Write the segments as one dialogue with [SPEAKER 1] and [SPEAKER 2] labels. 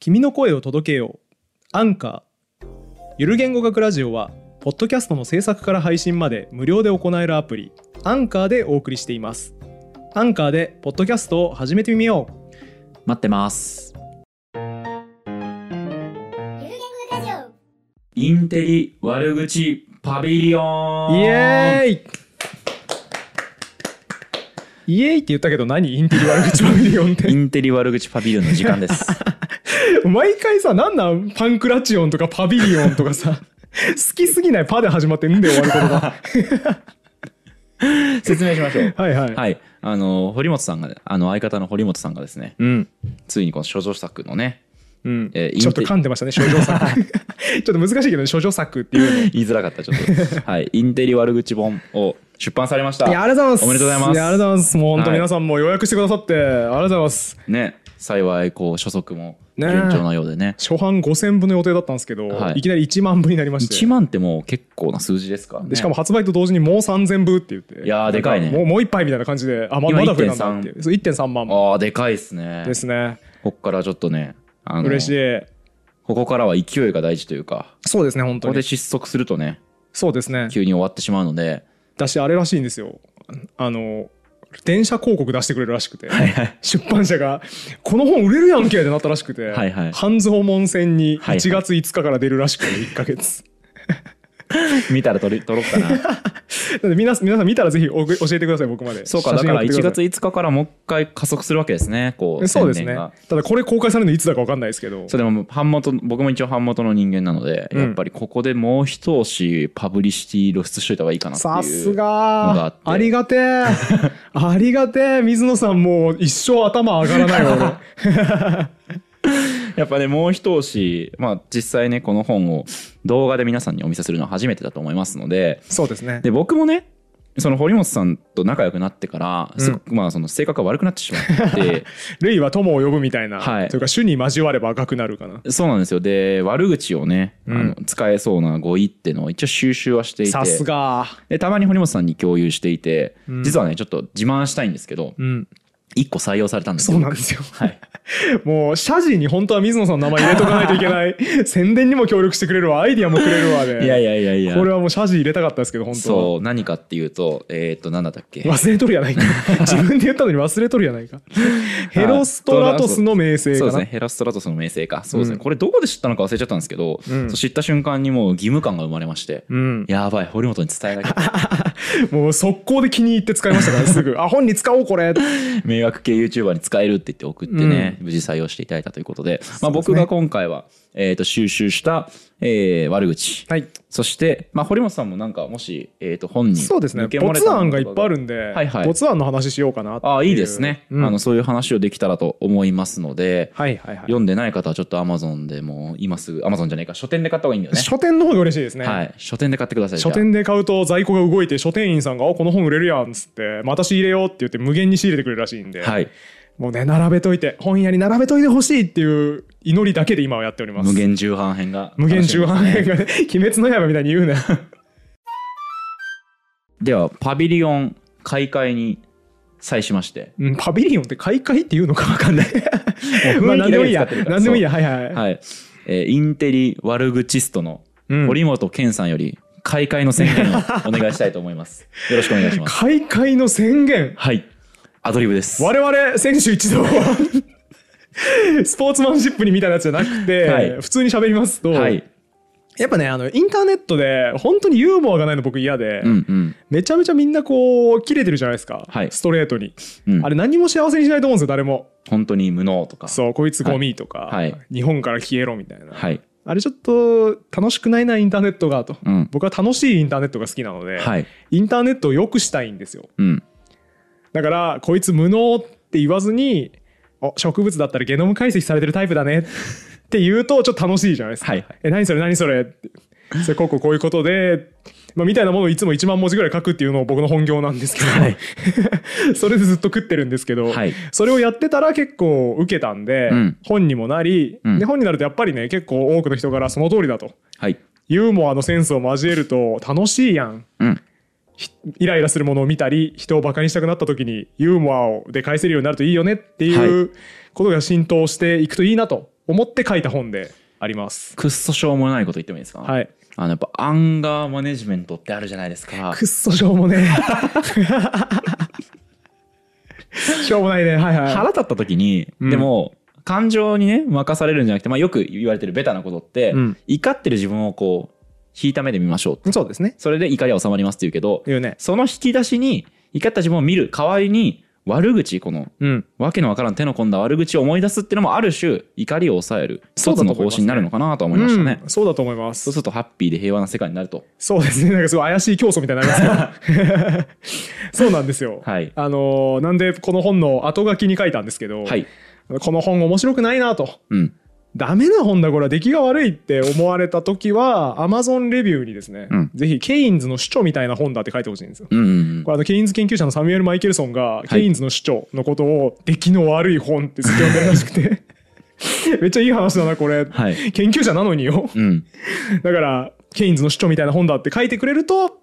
[SPEAKER 1] 君の声を届けよう。アンカー。ゆる言語学ラジオは、ポッドキャストの制作から配信まで無料で行えるアプリ、アンカーでお送りしています。アンカーで、ポッドキャストを始めてみよう。
[SPEAKER 2] 待ってます。
[SPEAKER 3] ゆるゲングラジ
[SPEAKER 2] インテリ悪口パビリオン。
[SPEAKER 1] イエーイイエーイって言ったけど何インテリ悪口パビリオンっ
[SPEAKER 2] イ
[SPEAKER 1] て
[SPEAKER 2] ンテリ悪口パビリオンの時 間です。
[SPEAKER 1] 毎回さ何なんパンクラチオンとかパビリオンとかさ好きすぎないパで始まってんで終わることが
[SPEAKER 2] 説明しましょう。
[SPEAKER 1] はいはい、
[SPEAKER 2] はい、あの堀本さんがあの相方の堀本さんがですね、
[SPEAKER 1] うん
[SPEAKER 2] ついにこの処女作のね、
[SPEAKER 1] うん
[SPEAKER 2] えーインテリ
[SPEAKER 1] ちょっと噛んでましたね諸女作 ちょっと難しいけどね諸女作っていう
[SPEAKER 2] 言いづらかったちょっ と、はい、インテリ悪口本を出版されました
[SPEAKER 1] の。いやありがとうございます
[SPEAKER 2] おめでとうございます
[SPEAKER 1] やありがとうございますもう本当
[SPEAKER 2] はい
[SPEAKER 1] 皆さんもう予約してくださって、ありがとうございます
[SPEAKER 2] ね、幸いこう初速も
[SPEAKER 1] ね
[SPEAKER 2] 順
[SPEAKER 1] え
[SPEAKER 2] 調なようでね。
[SPEAKER 1] 初版5000部の予定だったんですけど、
[SPEAKER 2] はい
[SPEAKER 1] い、きなり1万部になりまして
[SPEAKER 2] 1万ってもう結構な数字ですからね。
[SPEAKER 1] でしかも発売と同時にもう3000部って言って
[SPEAKER 2] いやーでかいね
[SPEAKER 1] なんもうもう一杯みたいな感じであま
[SPEAKER 2] 今
[SPEAKER 1] まだ増えたんだっていうそう1.3万
[SPEAKER 2] ああでかいですね。
[SPEAKER 1] ですね
[SPEAKER 2] こっからちょっとね、あの
[SPEAKER 1] 嬉しい
[SPEAKER 2] ここからは勢いが大事というか、
[SPEAKER 1] そうですね本
[SPEAKER 2] こ
[SPEAKER 1] 当
[SPEAKER 2] こで
[SPEAKER 1] に
[SPEAKER 2] 失速するとね、
[SPEAKER 1] そうですね
[SPEAKER 2] 急に終わってしまう ので、
[SPEAKER 1] だしあれらしいんですよあの電車広告出してくれるらしくて、出版社が「この本売れるやんけ!」ってなったらしくて
[SPEAKER 2] はいはい
[SPEAKER 1] 半蔵門線に
[SPEAKER 2] はいはい
[SPEAKER 1] 1月5日から出るらしくて1ヶ月
[SPEAKER 2] 見たら撮り撮ろうかな。
[SPEAKER 1] なんで皆さん皆さん見たらぜひおく教えてください僕まで
[SPEAKER 2] そうか、だ
[SPEAKER 1] 写
[SPEAKER 2] か
[SPEAKER 1] 真送
[SPEAKER 2] ら
[SPEAKER 1] って
[SPEAKER 2] 1
[SPEAKER 1] くだ
[SPEAKER 2] 月
[SPEAKER 1] さい
[SPEAKER 2] 5日からもう一回加速するわけですね、こう、
[SPEAKER 1] そうです
[SPEAKER 2] 宣
[SPEAKER 1] ね
[SPEAKER 2] 伝が
[SPEAKER 1] ただこれ公開されるのいつだか分かんないですけど
[SPEAKER 2] そうでも版元僕も一応版元の人間なので、
[SPEAKER 1] うん
[SPEAKER 2] やっぱりここでもう一押しパブリシティ露出しといた方がいいかなっていう
[SPEAKER 1] さす
[SPEAKER 2] のがあっ
[SPEAKER 1] が
[SPEAKER 2] て
[SPEAKER 1] ありがて えありがてえ水野さんもう一生頭上がらない わ
[SPEAKER 2] やっぱねもう一押し、まあ、実際ねこの本を動画で皆さんにお見せするのは初めてだと思いますので
[SPEAKER 1] 俺そうですね
[SPEAKER 2] で僕もねその堀本さんと仲良くなってから、
[SPEAKER 1] うん
[SPEAKER 2] すごくまあその性格が悪くなってしまって
[SPEAKER 1] ルイは友を呼ぶみたいな、
[SPEAKER 2] はい
[SPEAKER 1] というか主に交われば赤くなるかな
[SPEAKER 2] そうなんですよで悪口をね、あの使えそうな語彙ってのを一応収集はしていて
[SPEAKER 1] さすが
[SPEAKER 2] でたまに堀本さんに共有していて、
[SPEAKER 1] うん
[SPEAKER 2] 実はねちょっと自慢したいんですけど
[SPEAKER 1] うん
[SPEAKER 2] 1個採用されたんですよ
[SPEAKER 1] そうなんですよ
[SPEAKER 2] はい、
[SPEAKER 1] もう社事に本当は水野さんの名前入れとかないといけない 宣伝にも協力してくれるわアイディアもくれるわで
[SPEAKER 2] いやいやいやいや
[SPEAKER 1] これはもう社事入れたかったですけど本当は
[SPEAKER 2] そう何かっていうとえっ、と何だったっけ
[SPEAKER 1] 忘れとるやない か自分で言ったのに忘れとるやないかヘロストラトスの名声
[SPEAKER 2] そうで
[SPEAKER 1] か
[SPEAKER 2] す
[SPEAKER 1] な
[SPEAKER 2] ねヘラストラトスの名声かそうですね、
[SPEAKER 1] うん
[SPEAKER 2] これどこで知ったのか忘れちゃったんですけど、
[SPEAKER 1] うん
[SPEAKER 2] そう知った瞬間にもう義務感が生まれまして、
[SPEAKER 1] うん、
[SPEAKER 2] やばい堀本に伝えなきゃ
[SPEAKER 1] もう速攻で気に入って使いましたからねす ぐあ本に使おうこれ
[SPEAKER 2] 迷惑系 YouTuber に使えるって言って送ってね、無事採用していただいたということで、まあ、僕が今回は、えー、と収集した、えー悪口、
[SPEAKER 1] はい
[SPEAKER 2] そして、まあ、堀本さんもなんかもし、えー、と本人
[SPEAKER 1] そうですね
[SPEAKER 2] 抜け漏
[SPEAKER 1] 没
[SPEAKER 2] れたも
[SPEAKER 1] 案
[SPEAKER 2] のとか
[SPEAKER 1] がいっぱいあるんで、
[SPEAKER 2] はいはい
[SPEAKER 1] 没案の話しようかなっていう
[SPEAKER 2] ああいいですね、
[SPEAKER 1] うん
[SPEAKER 2] あのそういう話をできたらと思いますので、
[SPEAKER 1] はいはいはい
[SPEAKER 2] 読んでない方はちょっと Amazon でもう今すぐ Amazon じゃないか書店で買った方がいいんだよね、
[SPEAKER 1] 書店の方が嬉しいですね、
[SPEAKER 2] はい書店で買ってください
[SPEAKER 1] 書店で買うと在庫が動いて書店員さんが「あこの本売れるやん」っつって「また仕入れよう」って言って無限に仕入れてくれるらしいんで、
[SPEAKER 2] じゃあはい
[SPEAKER 1] もうね並べといて本屋に並べといてほしいっていう祈りだけで今はやっております
[SPEAKER 2] 無限重版編が
[SPEAKER 1] 無限中
[SPEAKER 2] 楽しみ
[SPEAKER 1] 半
[SPEAKER 2] ですね
[SPEAKER 1] 円がね「鬼滅の刃」みたいに言うな
[SPEAKER 2] ではパビリオン開会に際しまして
[SPEAKER 1] うんパビリオンって買い替えっていうのか分 かんない まあ
[SPEAKER 2] 雰囲
[SPEAKER 1] 何
[SPEAKER 2] 気
[SPEAKER 1] で
[SPEAKER 2] だ
[SPEAKER 1] も
[SPEAKER 2] け
[SPEAKER 1] いい
[SPEAKER 2] で使
[SPEAKER 1] や
[SPEAKER 2] ってるから
[SPEAKER 1] 何でもいいやはいはい、
[SPEAKER 2] はい、えーインテリ悪口ストの
[SPEAKER 1] うん
[SPEAKER 2] 堀本健さんより開会の宣 言をお願いしたいと思いますよろしくお願いします
[SPEAKER 1] 開会の宣言
[SPEAKER 2] はいアドリブです
[SPEAKER 1] 我々選手 一同はスポーツマンシップにみたいなやつじゃなくて、
[SPEAKER 2] はい
[SPEAKER 1] 普通に喋りますと、
[SPEAKER 2] はい
[SPEAKER 1] やっぱねあのインターネットで本当にユーモアがないの僕嫌で、
[SPEAKER 2] うんうん
[SPEAKER 1] めちゃめちゃみんなこう切れてるじゃないですか、
[SPEAKER 2] はい
[SPEAKER 1] ストレートに、
[SPEAKER 2] うん
[SPEAKER 1] あれ何も幸せにしないと思うんですよ誰も
[SPEAKER 2] 本当に無能とか
[SPEAKER 1] そうこいつゴミとか、
[SPEAKER 2] はいはい
[SPEAKER 1] 日本から消えろみたいな、
[SPEAKER 2] はい
[SPEAKER 1] あれちょっと楽しくないなインターネットがと、
[SPEAKER 2] うん
[SPEAKER 1] 僕は楽しいインターネットが好きなので、
[SPEAKER 2] はい
[SPEAKER 1] インターネットを良くしたいんですよ
[SPEAKER 2] うん
[SPEAKER 1] だからこいつ無能って言わずにあ植物だったらゲノム解析されてるタイプだね って言うとちょっと楽しいじゃないですか。
[SPEAKER 2] はいはい
[SPEAKER 1] え何それ何それってそれこうこうこういうことで、まあ、みたいなものをいつも1万文字ぐらい書くっていうのを僕の本業なんですけど、
[SPEAKER 2] はい
[SPEAKER 1] それでずっと食ってるんですけど、
[SPEAKER 2] はい
[SPEAKER 1] それをやってたら結構受けたんで、
[SPEAKER 2] うん
[SPEAKER 1] 本にもなり、
[SPEAKER 2] うん
[SPEAKER 1] で本になるとやっぱりね結構多くの人からその通りだと
[SPEAKER 2] はい
[SPEAKER 1] ユーモアのセンスを交えると楽しいやん
[SPEAKER 2] うん
[SPEAKER 1] イライラするものを見たり人をバカにしたくなった時にユーモアをで返せるようになるといいよねっていうことが浸透していくといいなと思って書いた本であります。
[SPEAKER 2] くっそしょうもないこと言ってもいいですか、
[SPEAKER 1] はい。
[SPEAKER 2] あのやっぱアンガーマネジメントってあるじゃないですか
[SPEAKER 1] くっそしょうもねえ。しょうもないね。はいはい。
[SPEAKER 2] 腹立った時に、
[SPEAKER 1] うん
[SPEAKER 2] でも感情にね任されるんじゃなくて、まあ、よく言われてるベタなことって、
[SPEAKER 1] うん
[SPEAKER 2] 怒ってる自分をこう引いた目で見ましょうって
[SPEAKER 1] そうですね。
[SPEAKER 2] それで怒りは収まりますって言うけど、
[SPEAKER 1] 言うね。
[SPEAKER 2] その引き出しに怒った自分を見る代わりに悪口この
[SPEAKER 1] うん。
[SPEAKER 2] わけのわからん手の込んだ悪口を思い出すっていうのもある種怒りを抑える
[SPEAKER 1] そ
[SPEAKER 2] 一
[SPEAKER 1] うだ
[SPEAKER 2] つ
[SPEAKER 1] と
[SPEAKER 2] の
[SPEAKER 1] 思いますね
[SPEAKER 2] 方針になるのかなとは思いましたね
[SPEAKER 1] う。んそうだと思います。
[SPEAKER 2] そうするとハッピーで平和な世界になると。
[SPEAKER 1] そうですね。なんかすごい怪しい競争みたいになりますけど。 そうなんですよ。
[SPEAKER 2] はい
[SPEAKER 1] あのーなんでこの本の後書きに書いたんですけど、
[SPEAKER 2] はい。
[SPEAKER 1] この本面白くないなと。
[SPEAKER 2] うん。
[SPEAKER 1] ダメな本だこれは出来が悪いって思われた時は Amazon レビューにですね、
[SPEAKER 2] うん
[SPEAKER 1] ぜひケインズの主張みたいな本だって書いてほしいんですよ。
[SPEAKER 2] うんうん
[SPEAKER 1] これあのケインズ研究者のサミュエル・マイケルソンが、
[SPEAKER 2] い
[SPEAKER 1] ケインズの主張のことを出来の悪い本ってずっと呼んでるらしく てめっちゃいい話だなこれ、
[SPEAKER 2] うん。はい。
[SPEAKER 1] 研究者なのによ
[SPEAKER 2] うん。
[SPEAKER 1] だからケインズの主張みたいな本だって書いてくれると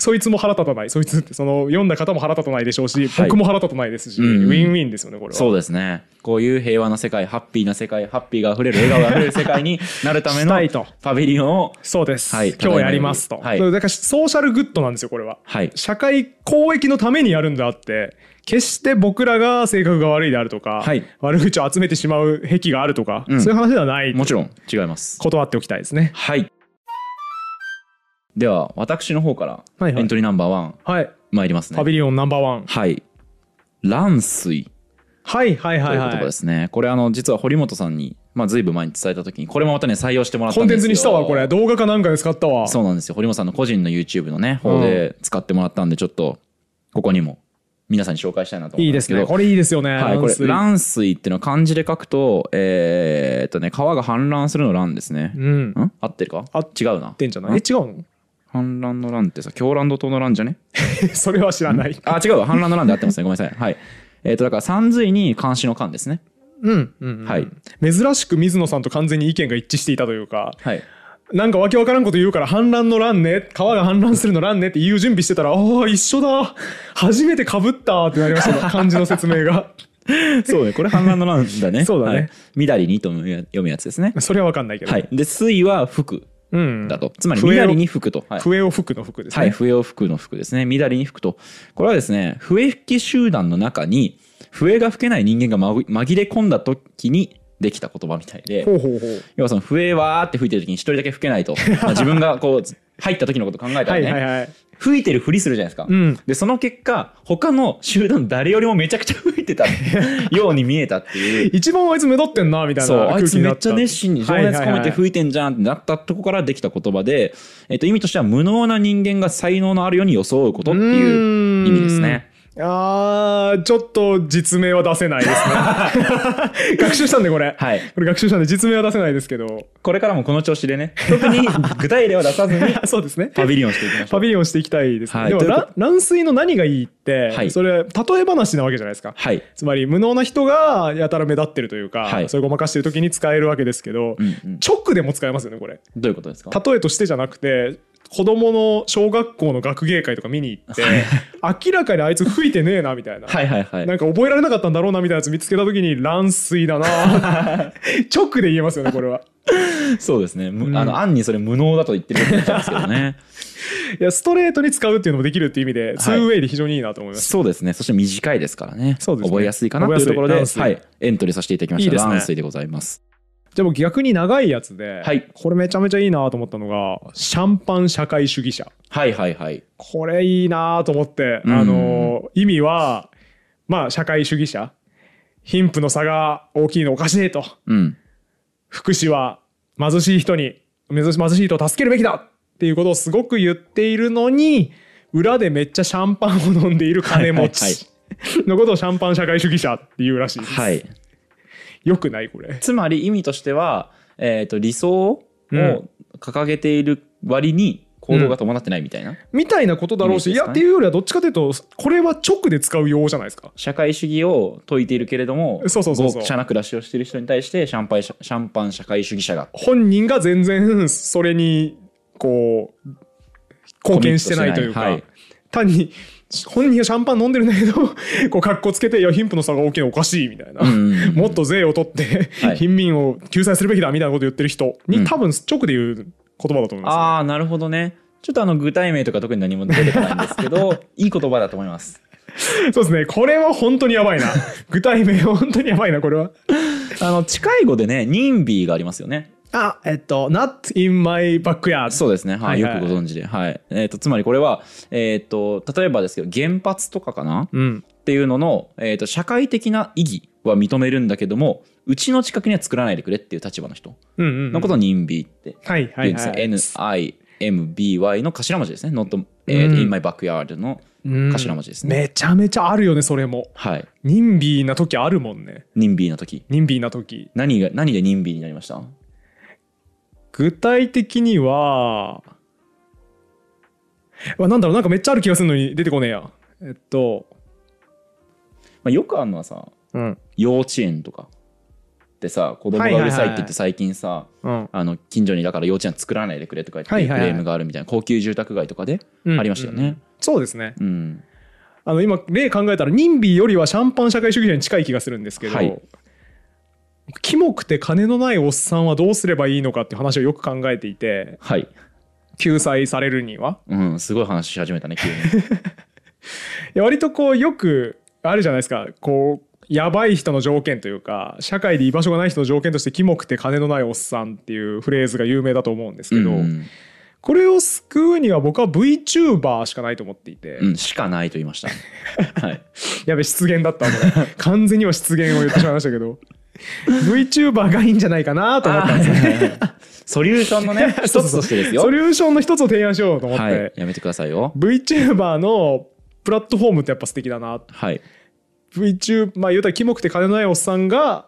[SPEAKER 1] そいつも腹立たないそいつってその読んだ方も腹立たないでしょうし、
[SPEAKER 2] はい
[SPEAKER 1] 僕も腹立たないですし、
[SPEAKER 2] うんうん
[SPEAKER 1] ウィンウィンですよねこれは
[SPEAKER 2] そうですね。こういう平和な世界、ハッピーな世界、ハッピーが溢れる、笑顔が溢れる世界になるため
[SPEAKER 1] し
[SPEAKER 2] の
[SPEAKER 1] たいと
[SPEAKER 2] パビリオンを、
[SPEAKER 1] そうです、
[SPEAKER 2] はい
[SPEAKER 1] 今日やりますと、
[SPEAKER 2] はい
[SPEAKER 1] だからソーシャルグッドなんですよこれは
[SPEAKER 2] はい。
[SPEAKER 1] 社会公益のためにやるんだって決して僕らが性格が悪いであるとか、
[SPEAKER 2] はい
[SPEAKER 1] 悪口を集めてしまう癖があるとか、
[SPEAKER 2] うん
[SPEAKER 1] そういう話ではない
[SPEAKER 2] もちろん違います。
[SPEAKER 1] 断っておきたいですね
[SPEAKER 2] はい。では、私の方から、
[SPEAKER 1] はいはい
[SPEAKER 2] エントリーナンバーワン、
[SPEAKER 1] はい
[SPEAKER 2] 参りますね
[SPEAKER 1] パ。ビリオンナンバーワン
[SPEAKER 2] はい。乱水
[SPEAKER 1] はいはい
[SPEAKER 2] と
[SPEAKER 1] はいいう
[SPEAKER 2] 言
[SPEAKER 1] は
[SPEAKER 2] 葉で
[SPEAKER 1] い
[SPEAKER 2] すね。これ、あの、実は堀本さんに、まあ、随分前に伝えたときに、これもまたね、採用してもらった
[SPEAKER 1] コン
[SPEAKER 2] ん
[SPEAKER 1] テ
[SPEAKER 2] で
[SPEAKER 1] ン
[SPEAKER 2] すよ。
[SPEAKER 1] ツにしたわこれ。動画かなんかで使ったわ
[SPEAKER 2] そうなんですよ。堀本さんの個人の YouTube のね、方で使ってもらったんで、ちょっと、ここにも、皆さんに紹介したいなと思
[SPEAKER 1] い
[SPEAKER 2] うん
[SPEAKER 1] いで
[SPEAKER 2] ですすけど。
[SPEAKER 1] ねこれいいですよね、
[SPEAKER 2] はい、こ
[SPEAKER 1] 軟
[SPEAKER 2] れ
[SPEAKER 1] 水
[SPEAKER 2] 乱水っていうのは漢字で書くと、えー、っとね、川が氾濫するの乱ですね。
[SPEAKER 1] うん
[SPEAKER 2] ん合ってるか
[SPEAKER 1] 合っ
[SPEAKER 2] 違うな。
[SPEAKER 1] ってんじゃないえ違うの
[SPEAKER 2] 氾濫の乱ってさ、狂乱怒涛の乱じゃね
[SPEAKER 1] それは知らない
[SPEAKER 2] あ、違うわ。反乱の乱で合ってますね。ごめんなさい。はい。えっ、と、だから、三髄に監視の間ですね。
[SPEAKER 1] うん、うんうん
[SPEAKER 2] はい。
[SPEAKER 1] 珍しく水野さんと完全に意見が一致していたというか
[SPEAKER 2] はい。
[SPEAKER 1] なんかわけわからんこと言うから氾濫の乱ね川が氾濫するの乱ねって言う準備してたらああ一緒だ初めてかぶったってなりました ね漢字の説明が
[SPEAKER 2] そうね。これ反乱の乱だね。
[SPEAKER 1] そうだね
[SPEAKER 2] はい。緑にと読むやつですね。
[SPEAKER 1] それはわかんないけど、
[SPEAKER 2] はい。で、水は服
[SPEAKER 1] うん
[SPEAKER 2] だと。つまり、
[SPEAKER 1] 笛を
[SPEAKER 2] 緑に服と。はい。
[SPEAKER 1] 笛を吹くの服です
[SPEAKER 2] はい、
[SPEAKER 1] ね、
[SPEAKER 2] 笛を吹くの服ですね。緑に吹くと。これはですね、笛吹き集団の中に、笛が吹けない人間がまぐ紛れ込んだ時にできた言葉みたいで、
[SPEAKER 1] ほうほうほう
[SPEAKER 2] 要はその笛わーって吹いてる時に一人だけ吹けないと。まあ自分がこう、 入った時のこと考えた
[SPEAKER 1] は
[SPEAKER 2] ら
[SPEAKER 1] いはい
[SPEAKER 2] ね、
[SPEAKER 1] はい
[SPEAKER 2] 吹いてるふりするじゃないですか
[SPEAKER 1] う。ん
[SPEAKER 2] で、その結果、他の集団誰よりもめちゃくちゃ吹いて たように見えたっていう。
[SPEAKER 1] 一番あいつ目立ってんなみたいな
[SPEAKER 2] そう、あい
[SPEAKER 1] 空
[SPEAKER 2] つ
[SPEAKER 1] 気に
[SPEAKER 2] め
[SPEAKER 1] な
[SPEAKER 2] っ
[SPEAKER 1] った
[SPEAKER 2] ちゃ熱心に情熱込めて吹いてんじゃんってなったとこからできた言葉で、えっと、意味としては無能な人間が才能のあるように装うことっていう意味ですね。
[SPEAKER 1] あーちょっと実名は出せないですね 学習したんでこれ、
[SPEAKER 2] はい。
[SPEAKER 1] これ学習したんで実名は出せないですけ ど
[SPEAKER 2] これからもこの調子でね、特に具体例は出さ ずに
[SPEAKER 1] そうですね
[SPEAKER 2] パビリオンしていきましょ
[SPEAKER 1] パ
[SPEAKER 2] う。
[SPEAKER 1] ビリオンしていきたいですね、
[SPEAKER 2] はい
[SPEAKER 1] でも
[SPEAKER 2] ということ
[SPEAKER 1] ら乱水の何がいいって、
[SPEAKER 2] はい
[SPEAKER 1] それ例え話なわけじゃないですか
[SPEAKER 2] はい。
[SPEAKER 1] つまり無能な人がやたら目立ってるというか、
[SPEAKER 2] はい
[SPEAKER 1] それごまかしてる時に使えるわけですけど、
[SPEAKER 2] うんうん
[SPEAKER 1] 直でも使えますよねこれ
[SPEAKER 2] どういうことですか
[SPEAKER 1] 例えとしてじゃなくて子供の小学校の学芸会とか見に行って明らかにあいつ吹いてねえなみたいな
[SPEAKER 2] はいはいはい
[SPEAKER 1] な。んか覚えられなかったんだろうなみたいなやつ見つけた時に乱水だ な直で言えますよねこれは
[SPEAKER 2] そうですね。
[SPEAKER 1] うん
[SPEAKER 2] むあの、案にそれ無能だと言ってるみたいですけどね。
[SPEAKER 1] いやストレートに使うっていうのもできるっていう意味で、
[SPEAKER 2] い
[SPEAKER 1] ツーウェイで非常にいいなと思いました
[SPEAKER 2] そうですね。そして短いですからね。
[SPEAKER 1] そうですね
[SPEAKER 2] 覚えやすいかなというところ
[SPEAKER 1] 覚え
[SPEAKER 2] で、
[SPEAKER 1] やすい
[SPEAKER 2] はい。エントリーさせていただきました。
[SPEAKER 1] いいですね
[SPEAKER 2] 乱水でございます。
[SPEAKER 1] じゃあもう逆に長いやつで、
[SPEAKER 2] はい
[SPEAKER 1] これめちゃめちゃいいなと思ったのがシャンパン社会主義者
[SPEAKER 2] はいはいはい。
[SPEAKER 1] これいいなと思って、
[SPEAKER 2] うん
[SPEAKER 1] あの意味はまあ社会主義者貧富の差が大きいのおかしいと
[SPEAKER 2] うん。
[SPEAKER 1] 福祉は貧しい人に貧し貧しい人を助けるべきだっていうことをすごく言っているのに裏でめっちゃシャンパンを飲んでいる金持
[SPEAKER 2] はい
[SPEAKER 1] ちのことをシャンパン社会主義者っていうらしいです、
[SPEAKER 2] はい。
[SPEAKER 1] よくないこれ
[SPEAKER 2] つまり意味としては、えー、と理想を
[SPEAKER 1] うん
[SPEAKER 2] 掲げている割に行動が伴ってないみたいな、
[SPEAKER 1] みたいなことだろうし
[SPEAKER 2] いい
[SPEAKER 1] い
[SPEAKER 2] です
[SPEAKER 1] や
[SPEAKER 2] かね
[SPEAKER 1] っていうよりはどっちかというとこれは直で使う用じゃないですか
[SPEAKER 2] 社会主義を説いているけれども
[SPEAKER 1] そうそうそうそう
[SPEAKER 2] 豪華な暮らしをしている人に対してシャンパンシャンパン社会主義者が
[SPEAKER 1] 本人が全然それにこう貢献してないというか、
[SPEAKER 2] コミットしてないはい
[SPEAKER 1] 単に本人はシャンパン飲んでるんだけど こう格好つけていや貧富の差が大きいのおかしいみたいな、
[SPEAKER 2] うん
[SPEAKER 1] もっと税を取って、
[SPEAKER 2] はい
[SPEAKER 1] 貧民を救済するべきだみたいなこと言ってる人に、
[SPEAKER 2] うん
[SPEAKER 1] 多分直で言う言葉だと思いま
[SPEAKER 2] ああなるほどねちょっとあの具体名とか特に何も出てこないんですけ どいい言葉だと思います
[SPEAKER 1] すそうですねこれは本当にやばいな具体名本当にやばいなこれは
[SPEAKER 2] あの近い語でね任ーがありますよね
[SPEAKER 1] あえっと Not in my backyard
[SPEAKER 2] そうですね、は
[SPEAKER 1] はいいはい
[SPEAKER 2] よくご存知で、はいえー、とつまりこれは、えー、と例えばですけど原発とかかな
[SPEAKER 1] うん
[SPEAKER 2] っていうのの、えー、と社会的な意義は認めるんだけどもうちの近くには作らないでくれっていう立場の人
[SPEAKER 1] うんうん
[SPEAKER 2] のことを任ーって
[SPEAKER 1] はい
[SPEAKER 2] 言
[SPEAKER 1] は
[SPEAKER 2] う
[SPEAKER 1] い
[SPEAKER 2] んです
[SPEAKER 1] は
[SPEAKER 2] ね、
[SPEAKER 1] い
[SPEAKER 2] NIMBY の頭文字ですね Not、えー
[SPEAKER 1] うん
[SPEAKER 2] in my backyard の
[SPEAKER 1] うん
[SPEAKER 2] 頭文字ですね、
[SPEAKER 1] めちゃめちゃあるよねそれも
[SPEAKER 2] はい
[SPEAKER 1] 任ビーな時あるもんね
[SPEAKER 2] 任ーの時
[SPEAKER 1] 任ビーな時
[SPEAKER 2] 何が何で任ーになりました
[SPEAKER 1] 具体的にはうわなんだろうなんかめっちゃある気がするのに出てこねえやえっと
[SPEAKER 2] まあ、よくあるのはさ
[SPEAKER 1] うん
[SPEAKER 2] 幼稚園とかでさ子供がうるさいって言って最近さ、
[SPEAKER 1] うん
[SPEAKER 2] あの近所にだから幼稚園作らないでくれとか言
[SPEAKER 1] は
[SPEAKER 2] っ
[SPEAKER 1] い
[SPEAKER 2] て
[SPEAKER 1] はい
[SPEAKER 2] ク
[SPEAKER 1] はい
[SPEAKER 2] レームがあるみたいな高級住宅街とかで
[SPEAKER 1] うん
[SPEAKER 2] ありましたよね。
[SPEAKER 1] そうですね
[SPEAKER 2] うん
[SPEAKER 1] あの今例考えたら任ビーよりはシャンパン社会主義者に近い気がするんですけど、
[SPEAKER 2] はい
[SPEAKER 1] キモくて金のないおっさんはどうすればいいのかっていう話をよく考えていて
[SPEAKER 2] はい、
[SPEAKER 1] 救済されるには
[SPEAKER 2] うん、すごい話し始めたね急に。
[SPEAKER 1] いや割とこうよくあるじゃないですかこうやばい人の条件というか社会で居場所がない人の条件としてキモくて金のないおっさんっていうフレーズが有名だと 思うんですけど、
[SPEAKER 2] うん
[SPEAKER 1] これを救うには僕は VTuber しかないと思っていて、
[SPEAKER 2] うん、しかないと言いました。はい、
[SPEAKER 1] やべ失言だったこ れ完全には失言を言ってしまいましたけど VTuber がいいんじゃないかなと思ったんですよ
[SPEAKER 2] ソリューションの ね一つとしてですよ。
[SPEAKER 1] ソリューションの一つを提案しようと思って、
[SPEAKER 2] はい、やめてくださいよ。
[SPEAKER 1] VTuber のプラットフォームってやっぱ素敵だな
[SPEAKER 2] はい、
[SPEAKER 1] VTuber まあ言うたらキモくて金のないおっさんが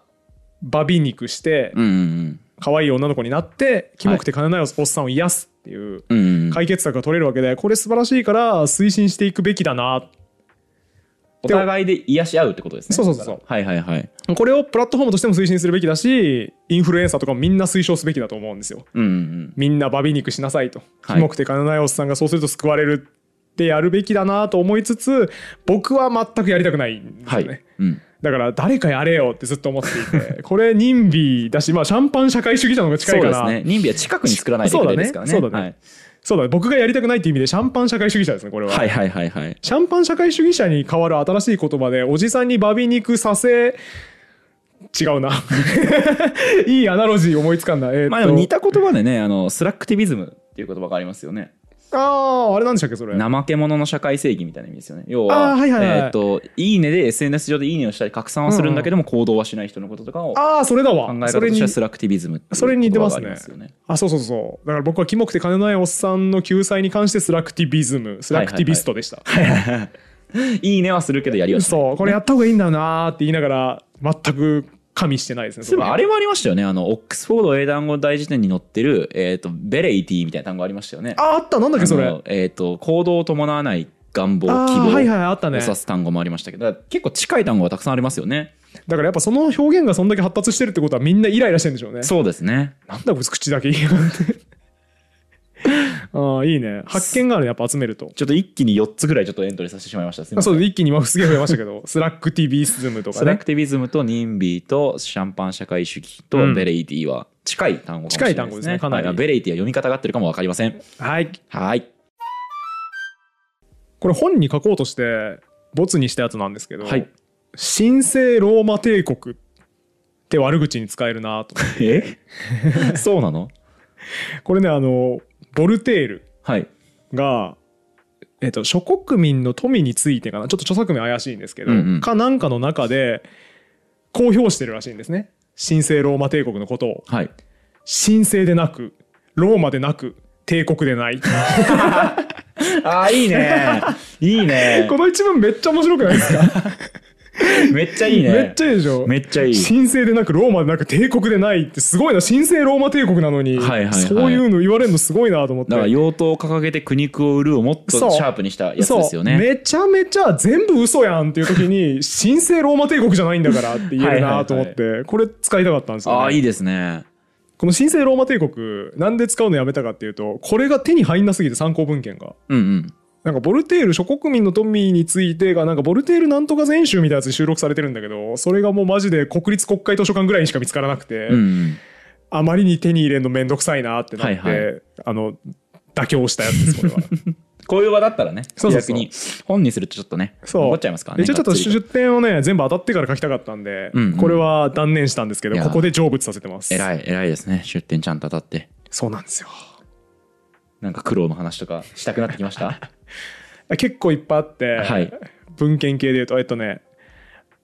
[SPEAKER 1] バビ肉して
[SPEAKER 2] うんうん
[SPEAKER 1] 可愛い女の子になってキモくて金のないおっさんを癒すっていう
[SPEAKER 2] うん、うんうん、
[SPEAKER 1] 解決策が取れるわけでこれ素晴らしいから推進していくべきだな
[SPEAKER 2] お互いで癒し合うってことですね。
[SPEAKER 1] そうそうそうそう
[SPEAKER 2] はいはいはい。
[SPEAKER 1] これをプラットフォームとしても推進するべきだしインフルエンサーとかもみんな推奨すべきだと思うんですよ
[SPEAKER 2] うんうん
[SPEAKER 1] みんなバビ肉しなさいと
[SPEAKER 2] はい
[SPEAKER 1] キモくて金のないおっさんがそうすると救われるってやるべきだなと思いつつ僕は全くやりたくないん
[SPEAKER 2] うん、
[SPEAKER 1] です
[SPEAKER 2] は
[SPEAKER 1] よね、
[SPEAKER 2] い、うん、
[SPEAKER 1] だから誰かやれよってずっと思っていて これ任備だしまあシャンパン社会主義者の方が近い
[SPEAKER 2] そう
[SPEAKER 1] か
[SPEAKER 2] で
[SPEAKER 1] ら
[SPEAKER 2] すね。任備は近くに作らないでくれですからね。
[SPEAKER 1] そうだねそうだね
[SPEAKER 2] はい
[SPEAKER 1] そうだね僕がやりたくないっていう意味でシャンパン社会主義者ですねこれは、
[SPEAKER 2] はいはいはいはい。
[SPEAKER 1] シャンパン社会主義者に代わる新しい言葉でおじさんにバビ肉させ違うな いいアナロジー思いつかんなえーっと
[SPEAKER 2] まあでも似た言葉でね、あのスラックティビズムっていう言葉がありますよね。
[SPEAKER 1] あーあれなんでしたっけそれ
[SPEAKER 2] 怠け者の社会正義みたいな意味ですよね。要
[SPEAKER 1] あ
[SPEAKER 2] は、
[SPEAKER 1] ーはいはいはい
[SPEAKER 2] えっ、と、いいねで SNS 上でいいねをしたり拡散はするんだけども、行動はしない人のこととかを考
[SPEAKER 1] ああそれだ
[SPEAKER 2] え
[SPEAKER 1] わ
[SPEAKER 2] 方
[SPEAKER 1] そ
[SPEAKER 2] と
[SPEAKER 1] れ
[SPEAKER 2] して
[SPEAKER 1] に
[SPEAKER 2] はスラクティビズムっていう
[SPEAKER 1] それに似てますね
[SPEAKER 2] 言葉がありますよね。
[SPEAKER 1] あそうそうそうだから僕はキモくて金のないおっさんの救済に関してスラクティビズムスラクティビストでした、
[SPEAKER 2] いいねはするけどやりはしない。
[SPEAKER 1] そうこれやった方がいいんだよなーって言いながら全く加味してないですね
[SPEAKER 2] そういえばあ
[SPEAKER 1] れ
[SPEAKER 2] れもありましたよね。あの、オックスフォード英単語大辞典に載ってる、えっ、と、ベレイティみたいな単語ありましたよね。
[SPEAKER 1] ああったなんだっけそれ
[SPEAKER 2] あのえっ、と、行動を伴わない願望、希
[SPEAKER 1] あー
[SPEAKER 2] 望。
[SPEAKER 1] はいはいあったね
[SPEAKER 2] を指す単語もありましたけど、だから結構近い単語がたくさんありますよね。
[SPEAKER 1] だからやっぱその表現がそんだけ発達してるってことはみんなイライラしてるんでしょうね
[SPEAKER 2] そうですね。
[SPEAKER 1] なんだこいつ口だけ言いやがってああいいね発見があるやっぱ集めると
[SPEAKER 2] ちょっと一気に4つぐらいちょっとエントリーさせてしまいました。すいま
[SPEAKER 1] あ
[SPEAKER 2] せん
[SPEAKER 1] そうです一気に今すげえ増えましたけ どスラックティビズムとか
[SPEAKER 2] スラ
[SPEAKER 1] ね
[SPEAKER 2] クティビズムとニンビーとシャンパン社会主義と
[SPEAKER 1] うん
[SPEAKER 2] ベレイティは近い単語かもしれないです
[SPEAKER 1] 近い単
[SPEAKER 2] ね。
[SPEAKER 1] 語ですねかなり
[SPEAKER 2] はいベレイティは読み方が合ってるかもわかりません。
[SPEAKER 1] はい
[SPEAKER 2] はい。
[SPEAKER 1] これ本に書こうとしてボツにしたやつなんですけど、
[SPEAKER 2] はい
[SPEAKER 1] 神聖ローマ帝国って悪口に使えるなと思って
[SPEAKER 2] え そうなの
[SPEAKER 1] これねあのボルテール
[SPEAKER 2] はい。
[SPEAKER 1] が、えっと諸国民の富についてかなちょっと著作名怪しいんですけど、
[SPEAKER 2] うんうん
[SPEAKER 1] かなんかの中で公表してるらしいんですね神聖ローマ帝国のことを
[SPEAKER 2] はい。
[SPEAKER 1] 神聖でなくローマでなく帝国でないこ
[SPEAKER 2] ああ、いい ね。いいね。
[SPEAKER 1] の一文めっちゃ面白くないですか、
[SPEAKER 2] めっちゃいいね。
[SPEAKER 1] めっちゃいいでしょ
[SPEAKER 2] めっちゃいい
[SPEAKER 1] 神聖でなくローマでなく帝国でないってすごいな神聖ローマ帝国なのに、
[SPEAKER 2] はいはいはい
[SPEAKER 1] そういうの言われるのすごいなと思って
[SPEAKER 2] だから、用途を掲げて苦肉を売るをもっと
[SPEAKER 1] そう
[SPEAKER 2] シャープにしたやつですよね。
[SPEAKER 1] そうめちゃめちゃ全部嘘やんっていう時に神聖ローマ帝国じゃないんだからって言えるなと思ってこれ使いたかったんですよ、ね、
[SPEAKER 2] ああ、いいですね。
[SPEAKER 1] この神聖ローマ帝国なんで使うのやめたかっていうとこれが手に入んなすぎて参考文献が
[SPEAKER 2] うんうん。
[SPEAKER 1] なんかボルテール諸国民のトミーについてがなんかボルテールなんとか全集みたいなやつに収録されてるんだけどそれがもうマジで国立国会図書館ぐらいにしか見つからなくて、
[SPEAKER 2] うん
[SPEAKER 1] あまりに手に入れるのめんどくさいなってなって、
[SPEAKER 2] はいは
[SPEAKER 1] あの妥協したやつですこれは
[SPEAKER 2] こういう場だったらね
[SPEAKER 1] そうそうそう
[SPEAKER 2] 逆に本にするとちょっとね
[SPEAKER 1] そう
[SPEAKER 2] 残っちゃいますからね
[SPEAKER 1] 一応ちょっと
[SPEAKER 2] がつり
[SPEAKER 1] 出典をね全部当たってから書きたかったんで、
[SPEAKER 2] うんうん
[SPEAKER 1] これは断念したんですけ
[SPEAKER 2] い
[SPEAKER 1] ど
[SPEAKER 2] や
[SPEAKER 1] ここで成仏させてます
[SPEAKER 2] 偉い偉いですね出店ちゃんと当たって
[SPEAKER 1] そうなんですよ
[SPEAKER 2] なんか苦労の話とかしたくなってきました
[SPEAKER 1] 結構いっぱいあって、
[SPEAKER 2] はい
[SPEAKER 1] 文献系で言うとえっとね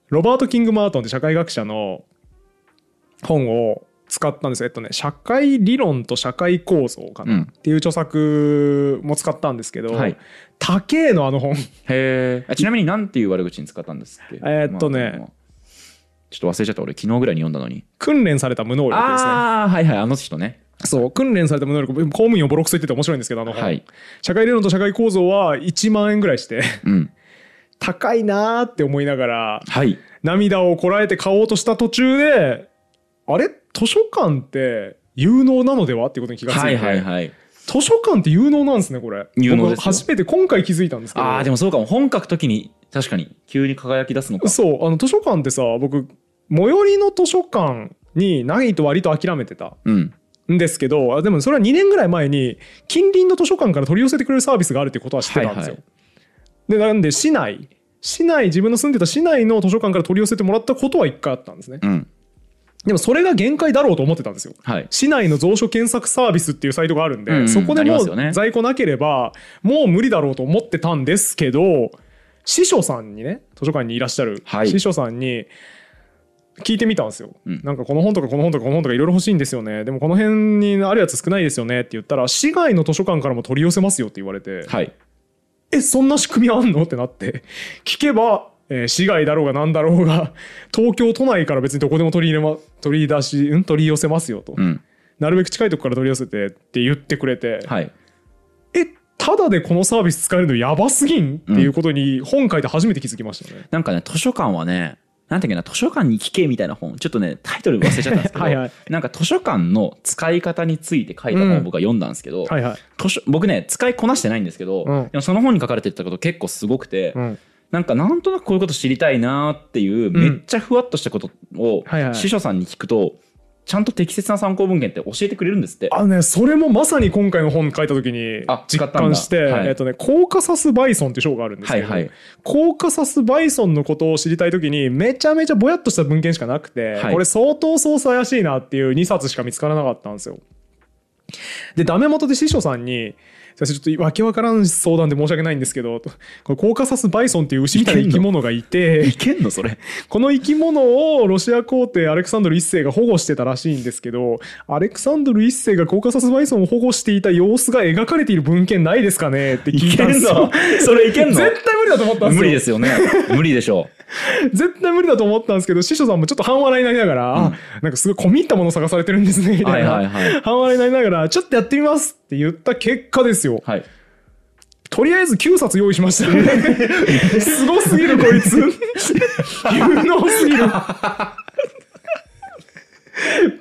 [SPEAKER 1] ロバート・キング・マートンって社会学者の本を使ったんですよえっとね社会理論と社会構造か
[SPEAKER 2] う
[SPEAKER 1] なっ
[SPEAKER 2] ん
[SPEAKER 1] ていう著作も使ったんですけど、
[SPEAKER 2] はい
[SPEAKER 1] 高えのあの本
[SPEAKER 2] へえちなみになんていう悪口に使ったんですっけ
[SPEAKER 1] えーっとね
[SPEAKER 2] まあちょっと忘れちゃった俺昨日ぐらいに読んだのに
[SPEAKER 1] 訓練された無能力ですね
[SPEAKER 2] ああはいはいあの人ね
[SPEAKER 1] そう訓練された無能力公務員をボロクソ言ってて面白いんですけどあの本、
[SPEAKER 2] はい
[SPEAKER 1] 社会理論と社会構造は1万円ぐらいして
[SPEAKER 2] うん
[SPEAKER 1] 高いなーって思いながら
[SPEAKER 2] はい
[SPEAKER 1] 涙をこらえて買おうとした途中であれ図書館って有能なのではっていうことに気がついて、
[SPEAKER 2] はいはいはい
[SPEAKER 1] 図書館って有能なんですねこれ
[SPEAKER 2] 有能ですよ
[SPEAKER 1] 僕初めて今回気づいたんですけど
[SPEAKER 2] ああで
[SPEAKER 1] も
[SPEAKER 2] もそうかも本書くときに確かに急に輝き出すのか
[SPEAKER 1] そうあの図書館ってさ僕最寄りの図書館にないと割と諦めてた
[SPEAKER 2] うん
[SPEAKER 1] んですけどあでもそれは2年ぐらい前に近隣の図書館から取り寄せてくれるサービスがあるってことは知ってたんですよ。
[SPEAKER 2] はい
[SPEAKER 1] でなんで市内市内自分の住んでた市内の図書館から取り寄せてもらったことは1回あったんですね。
[SPEAKER 2] うん
[SPEAKER 1] でもそれが限界だろうと思ってたんですよ。
[SPEAKER 2] はい
[SPEAKER 1] 市内の蔵書検索サービスっていうサイトがあるんで、
[SPEAKER 2] うんうん
[SPEAKER 1] そこで
[SPEAKER 2] あり
[SPEAKER 1] も
[SPEAKER 2] ますよね
[SPEAKER 1] う在庫なければもう無理だろうと思ってたんですけど司書さんにね図書館にいらっしゃる
[SPEAKER 2] はい
[SPEAKER 1] 司書さんに聞いてみたんですよ、
[SPEAKER 2] うん
[SPEAKER 1] なんかこの本とかこの本とかこの本とかいろいろ欲しいんですよねでもこの辺にあるやつ少ないですよねって言ったら市外の図書館からも取り寄せますよって言われて、
[SPEAKER 2] はい
[SPEAKER 1] えそんな仕組みあんのってなって聞けば、えー市外だろうがなんだろうが東京都内から別にどこでも取り入れ、ま、取り出し、うん、取り寄せますよと、
[SPEAKER 2] うん
[SPEAKER 1] なるべく近いとこから取り寄せてって言ってくれて、
[SPEAKER 2] はい
[SPEAKER 1] えただでこのサービス使えるのやばすぎんっていうことに本書いて初めて気づきましたね。
[SPEAKER 2] なんかね図書館はねなんていうかな図書館に聞けみたいな本ちょっとねタイトル忘れちゃったんですけど
[SPEAKER 1] はいはい
[SPEAKER 2] なんか図書館の使い方について書いた本を僕は読んだんですけど、
[SPEAKER 1] はいはい。
[SPEAKER 2] 図書僕ね使いこなしてないんですけど、
[SPEAKER 1] うん
[SPEAKER 2] でもその本に書かれてたこと結構すごくて、
[SPEAKER 1] うん。
[SPEAKER 2] なんかなんとなくこういうこと知りたいなーっていう、
[SPEAKER 1] ん
[SPEAKER 2] めっちゃふわっとしたことを、
[SPEAKER 1] はいはい
[SPEAKER 2] 司書さんに聞くとちゃんと適切な参考文献って教えてくれるんですって。
[SPEAKER 1] あのね、それもまさに今回の本書いた時に
[SPEAKER 2] あ使
[SPEAKER 1] 実
[SPEAKER 2] ったんだ
[SPEAKER 1] 感して、
[SPEAKER 2] はい
[SPEAKER 1] えっとね、コーカサスバイソンって章があるんです
[SPEAKER 2] は
[SPEAKER 1] け
[SPEAKER 2] い
[SPEAKER 1] ど、
[SPEAKER 2] はい、
[SPEAKER 1] コーカサスバイソンのことを知りたい時にめちゃめちゃぼやっとした文献しかなくて、
[SPEAKER 2] はい
[SPEAKER 1] これ相当操作怪しいなっていう2冊しか見つからなかったんですよ。でダメ元で師匠さんに「先生ちょっとわけわからん相談で申し訳ないんですけどとこれコーカサスバイソンっていう牛みたいな生き物がいて
[SPEAKER 2] いけんのそ れ
[SPEAKER 1] この生き物をロシア皇帝アレクサンドル一世が保護してたらしいんですけどアレクサンドル一世がコーカサスバイソンを保護していた様子が描かれている文献ないですかねって聞いたんですよ。
[SPEAKER 2] それいけんの
[SPEAKER 1] 絶対無理だと思ったんですよ。
[SPEAKER 2] 無理ですよね無理でしょ
[SPEAKER 1] 絶対無理だと思ったんですけど師匠さんもちょっと半笑いになりながら、あなんかすごい込み入ったものを探されてるんですねみ
[SPEAKER 2] う
[SPEAKER 1] た
[SPEAKER 2] はいい
[SPEAKER 1] な、
[SPEAKER 2] はいはい
[SPEAKER 1] 半笑いになりながらちょっとやってみますって言った結果ですよ
[SPEAKER 2] はい
[SPEAKER 1] とりあえず9冊用意しました ねすごすぎるこいつ有能すぎる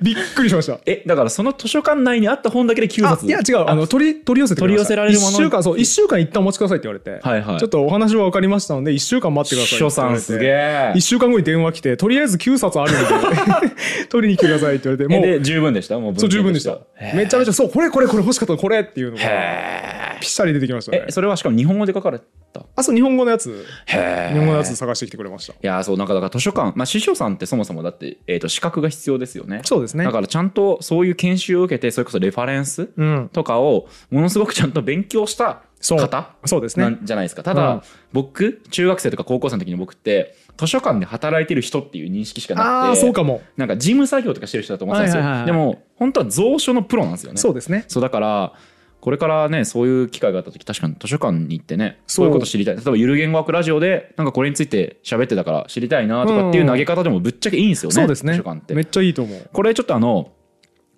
[SPEAKER 1] びっくりしました
[SPEAKER 2] えだからその図書館内にあった本だけで9
[SPEAKER 1] あ
[SPEAKER 2] 冊
[SPEAKER 1] いや違うあの取り取り寄せてください
[SPEAKER 2] 取り寄せられるもの
[SPEAKER 1] 1週間そう1週間一旦お待ちくださいって言われて、
[SPEAKER 2] はいはい
[SPEAKER 1] ちょっとお話は分かりましたので1週間待ってくださいって
[SPEAKER 2] 書
[SPEAKER 1] 言わ
[SPEAKER 2] さ
[SPEAKER 1] れて
[SPEAKER 2] んすげえ
[SPEAKER 1] 1週間後に電話来て、とりあえず9冊あるん で、取りに来てくださいって言われて、
[SPEAKER 2] え
[SPEAKER 1] もう、
[SPEAKER 2] で十分でしたもう文
[SPEAKER 1] そう、十分でし
[SPEAKER 2] 献
[SPEAKER 1] た
[SPEAKER 2] と。
[SPEAKER 1] めちゃめちゃ、そう、これ、これ、これ欲しかった、これっていうの
[SPEAKER 2] して
[SPEAKER 1] が、
[SPEAKER 2] へ
[SPEAKER 1] ぴっしゃり出てきました
[SPEAKER 2] え
[SPEAKER 1] ね
[SPEAKER 2] え。それはしかも日本語で書かれた
[SPEAKER 1] あ、そう、日本語のやつ、
[SPEAKER 2] へ
[SPEAKER 1] 日本語のやつ探してきてくれました。
[SPEAKER 2] いやーそうなんかだから図書館、まあ、司書さんってそもそもだって、えー、と資格が必要ですよね
[SPEAKER 1] そうですね
[SPEAKER 2] だからちゃんとそういう研修を受けてそれこそレファレンス
[SPEAKER 1] うん。
[SPEAKER 2] とかをものすごくちゃんと勉強した
[SPEAKER 1] そう
[SPEAKER 2] 方
[SPEAKER 1] そうです
[SPEAKER 2] な
[SPEAKER 1] ね。
[SPEAKER 2] んじゃないですかただ、
[SPEAKER 1] うん
[SPEAKER 2] 僕中学生とか高校生の時に僕って図書館で働いてる人っていう認識しかなくて
[SPEAKER 1] ああ、そうかも。
[SPEAKER 2] なんか事務作業とかしてる人だと思ってたんですよ、
[SPEAKER 1] はいはいはい
[SPEAKER 2] でも本当は蔵書のプロなんですよね
[SPEAKER 1] そうですね。
[SPEAKER 2] そうだからこれからねそういう機会があった時確かに図書館に行ってね
[SPEAKER 1] そ
[SPEAKER 2] そうういうこと知りたい例えばゆる言語学ラジオでなんかこれについて喋ってたから知りたいなとかっていう投げ方でもぶっちゃけいいんですよね、
[SPEAKER 1] そうですね
[SPEAKER 2] 図書館っ。
[SPEAKER 1] めってちゃいいと思う。
[SPEAKER 2] これちょっとあの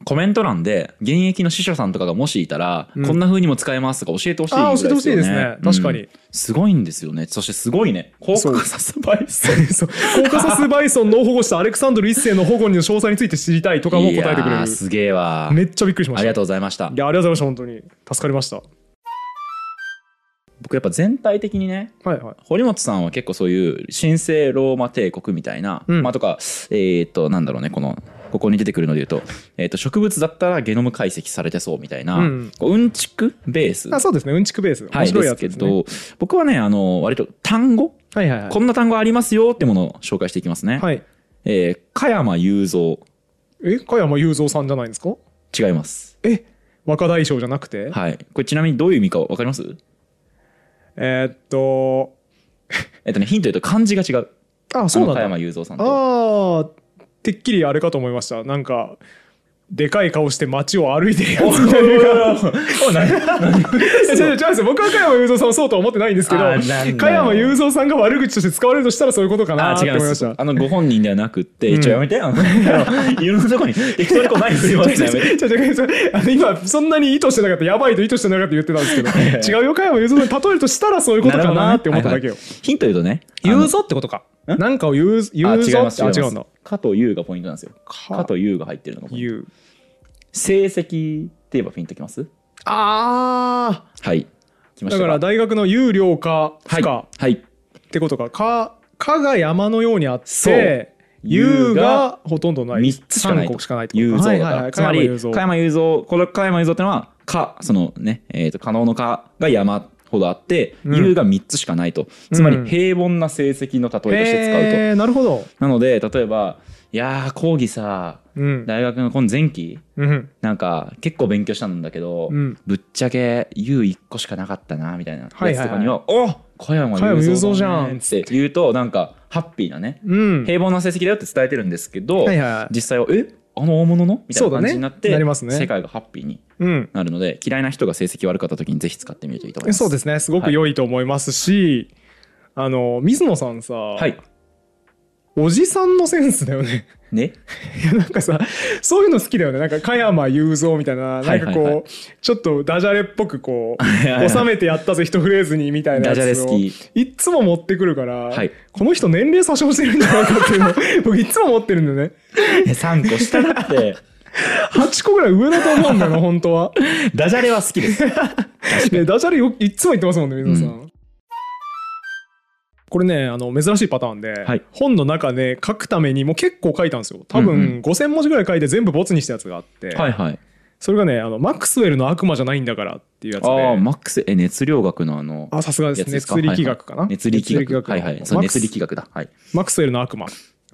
[SPEAKER 2] コメント欄で現役の司書さんとかがもしいたら、
[SPEAKER 1] うん
[SPEAKER 2] こんな風にも使えますとか教えてほしいぐ
[SPEAKER 1] あ
[SPEAKER 2] ら
[SPEAKER 1] あ、
[SPEAKER 2] い
[SPEAKER 1] 教えてほしいですね。
[SPEAKER 2] よ
[SPEAKER 1] 確かに
[SPEAKER 2] うん。すごいんですよねそしてすごいね高
[SPEAKER 1] そう
[SPEAKER 2] 校サスバイス
[SPEAKER 1] そう。コーカサスバイソンの保護したアレクサンドル一世の保護の詳細について知りたいとかも答えてく
[SPEAKER 2] い
[SPEAKER 1] れ
[SPEAKER 2] や
[SPEAKER 1] る
[SPEAKER 2] ー。すげえわ
[SPEAKER 1] めっちゃびっくりしま
[SPEAKER 2] あ
[SPEAKER 1] した。い
[SPEAKER 2] りがとうございました
[SPEAKER 1] や、ありがとうございました、本当に。助かりました。
[SPEAKER 2] 僕やっぱ全体的にね
[SPEAKER 1] はいはい
[SPEAKER 2] 堀本さんは結構そういう神聖ローマ帝国みたいな、
[SPEAKER 1] うん
[SPEAKER 2] まあとかえっ、となんだろうねこのここに出てくるので言うと,、えー、と植物だったらゲノム解析されてそうみたいな、
[SPEAKER 1] う
[SPEAKER 2] うんん、こううんちくベース
[SPEAKER 1] あそうですねうんちくベース
[SPEAKER 2] は
[SPEAKER 1] 面
[SPEAKER 2] い
[SPEAKER 1] 白い
[SPEAKER 2] で
[SPEAKER 1] や
[SPEAKER 2] す
[SPEAKER 1] つで
[SPEAKER 2] け
[SPEAKER 1] す、ね
[SPEAKER 2] ど僕はねあの割と単語、
[SPEAKER 1] はいはいはい
[SPEAKER 2] こんな単語ありますよってものを紹介していきますね、
[SPEAKER 1] はい
[SPEAKER 2] えー加山雄三
[SPEAKER 1] え加山雄三さんじゃないんですか
[SPEAKER 2] 違います
[SPEAKER 1] え若大将じゃなくて
[SPEAKER 2] はいこれちなみにどういう意味か分かります
[SPEAKER 1] えーっと
[SPEAKER 2] えっとねヒント言うと漢字が違う
[SPEAKER 1] あそう
[SPEAKER 2] あの加
[SPEAKER 1] なん
[SPEAKER 2] 山
[SPEAKER 1] だ
[SPEAKER 2] 雄三さんと
[SPEAKER 1] ああてっきりあれかと思いましたなんかでかい顔して街を歩いてるやつみたいな
[SPEAKER 2] お な
[SPEAKER 1] いや違う違う違うですよ僕は加山雄三さんをそうとは思ってないんですけど
[SPEAKER 2] あーなんだ
[SPEAKER 1] 加山雄三さんが悪口として使われるとしたらそういうことかな
[SPEAKER 2] あ
[SPEAKER 1] っ
[SPEAKER 2] ー違
[SPEAKER 1] て
[SPEAKER 2] い
[SPEAKER 1] 思い
[SPEAKER 2] ま
[SPEAKER 1] まし
[SPEAKER 2] す
[SPEAKER 1] た
[SPEAKER 2] あのご本人ではなくって、
[SPEAKER 1] うん
[SPEAKER 2] ちょやめてよいろんなとこに適当にこうナイフ振 り
[SPEAKER 1] 違う
[SPEAKER 2] 回すのやめ
[SPEAKER 1] 違
[SPEAKER 2] て
[SPEAKER 1] う違う違うあの今そんなに意図してなかったやばいと意図してなかった言ってたんですけど違うよ加山雄三さんに例えるとしたらそういうことかなって思っただけよ
[SPEAKER 2] はいはいヒント言うとね
[SPEAKER 1] 雄三ってことか
[SPEAKER 2] ん
[SPEAKER 1] なんかを雄
[SPEAKER 2] あのあ
[SPEAKER 1] 雄
[SPEAKER 2] 違い
[SPEAKER 1] 三
[SPEAKER 2] ま
[SPEAKER 1] っ
[SPEAKER 2] す
[SPEAKER 1] てあ
[SPEAKER 2] 違い
[SPEAKER 1] 違
[SPEAKER 2] ま
[SPEAKER 1] うん
[SPEAKER 2] す
[SPEAKER 1] だ
[SPEAKER 2] 加藤優がポイントなんですよ加藤優が入ってるのがポイント
[SPEAKER 1] 雄
[SPEAKER 2] 成績って言えばピンときます
[SPEAKER 1] あ
[SPEAKER 2] はい来
[SPEAKER 1] あ
[SPEAKER 2] ま
[SPEAKER 1] だ
[SPEAKER 2] し
[SPEAKER 1] か
[SPEAKER 2] た
[SPEAKER 1] ら大学の有料か
[SPEAKER 2] は
[SPEAKER 1] 不
[SPEAKER 2] い
[SPEAKER 1] 可、
[SPEAKER 2] はい
[SPEAKER 1] ってことかかかが山のようにあっ
[SPEAKER 2] そう
[SPEAKER 1] て有
[SPEAKER 2] 有
[SPEAKER 1] が
[SPEAKER 2] が
[SPEAKER 1] ほとんどない
[SPEAKER 2] 3つしかない
[SPEAKER 1] 三
[SPEAKER 2] と
[SPEAKER 1] 個しかないって
[SPEAKER 2] 雄
[SPEAKER 1] こと
[SPEAKER 2] 三だ
[SPEAKER 1] か
[SPEAKER 2] か
[SPEAKER 1] は
[SPEAKER 2] ら、
[SPEAKER 1] いはいはい
[SPEAKER 2] つま
[SPEAKER 1] 加山雄三
[SPEAKER 2] り加山雄三これ加山雄三ってのは「か」そのね、えー、と可能の「か」が山ほどあって「
[SPEAKER 1] うん
[SPEAKER 2] 雄、が3つしかないとつま
[SPEAKER 1] うん
[SPEAKER 2] り平凡な成績の例えとして使うと、
[SPEAKER 1] へーなるほど
[SPEAKER 2] なので例えば「いやー講義さ
[SPEAKER 1] うん
[SPEAKER 2] 大学の今前期
[SPEAKER 1] うん
[SPEAKER 2] なんか結構勉強したんだけど、
[SPEAKER 1] うん
[SPEAKER 2] ぶっちゃけ U1 個しかなかったなみたいなやつ
[SPEAKER 1] はいはいはい
[SPEAKER 2] とかには「お小山雄三じゃん」って言うとなんかハッピーなね
[SPEAKER 1] うん
[SPEAKER 2] 平凡な成績だよって伝えてるんですけ
[SPEAKER 1] は
[SPEAKER 2] ど、
[SPEAKER 1] いはいはい
[SPEAKER 2] 実際は「えあの大物の?」みたいな感じになっ
[SPEAKER 1] そうだね
[SPEAKER 2] て、
[SPEAKER 1] なりますね
[SPEAKER 2] 世界がハッピーに
[SPEAKER 1] うん
[SPEAKER 2] なるので嫌いな人が成績悪かった時にぜひ使ってみるといいと思い
[SPEAKER 1] え
[SPEAKER 2] ます。
[SPEAKER 1] そうですねすごく良いと思いますし、あの水野さんさ、
[SPEAKER 2] はい
[SPEAKER 1] おじさんのセンスだよね
[SPEAKER 2] ね、
[SPEAKER 1] いやなんかさそういうの好きだよねなんか加山雄三みたいななんかこう、
[SPEAKER 2] はいはいは
[SPEAKER 1] ちょっとダジャレっぽくこ
[SPEAKER 2] いは
[SPEAKER 1] う
[SPEAKER 2] い
[SPEAKER 1] 収めてやったぜ一フレーズにみたいなやつを
[SPEAKER 2] ダジャレ好き
[SPEAKER 1] いっつも持ってくるから、
[SPEAKER 2] はい
[SPEAKER 1] この人年齢詐称してるんじゃないかっていうの 僕いっつも持ってるんだよね
[SPEAKER 2] 3個下だ って
[SPEAKER 1] 8個ぐらい上だと思うんだよな本当は、
[SPEAKER 2] ダジャレは好きです。
[SPEAKER 1] ね、ダジャレよいっつも言ってますもんね水野さん、これねあの珍しいパターンで、
[SPEAKER 2] はい
[SPEAKER 1] 本の中で、書くためにもう結構書いたんですよ多分、
[SPEAKER 2] うん
[SPEAKER 1] 5,000文字ぐらい書いて全部ボツにしたやつがあって、
[SPEAKER 2] はいはい。
[SPEAKER 1] それがねあのマックスウェルの悪魔じゃないんだからっていうやつで
[SPEAKER 2] ああマックスえ熱量学のあの
[SPEAKER 1] あさすがです
[SPEAKER 2] やつですか
[SPEAKER 1] 熱力学かな、
[SPEAKER 2] はいはい熱力学はい
[SPEAKER 1] の
[SPEAKER 2] はいそう
[SPEAKER 1] マックス
[SPEAKER 2] 熱力学だはい
[SPEAKER 1] マックスウェルの悪魔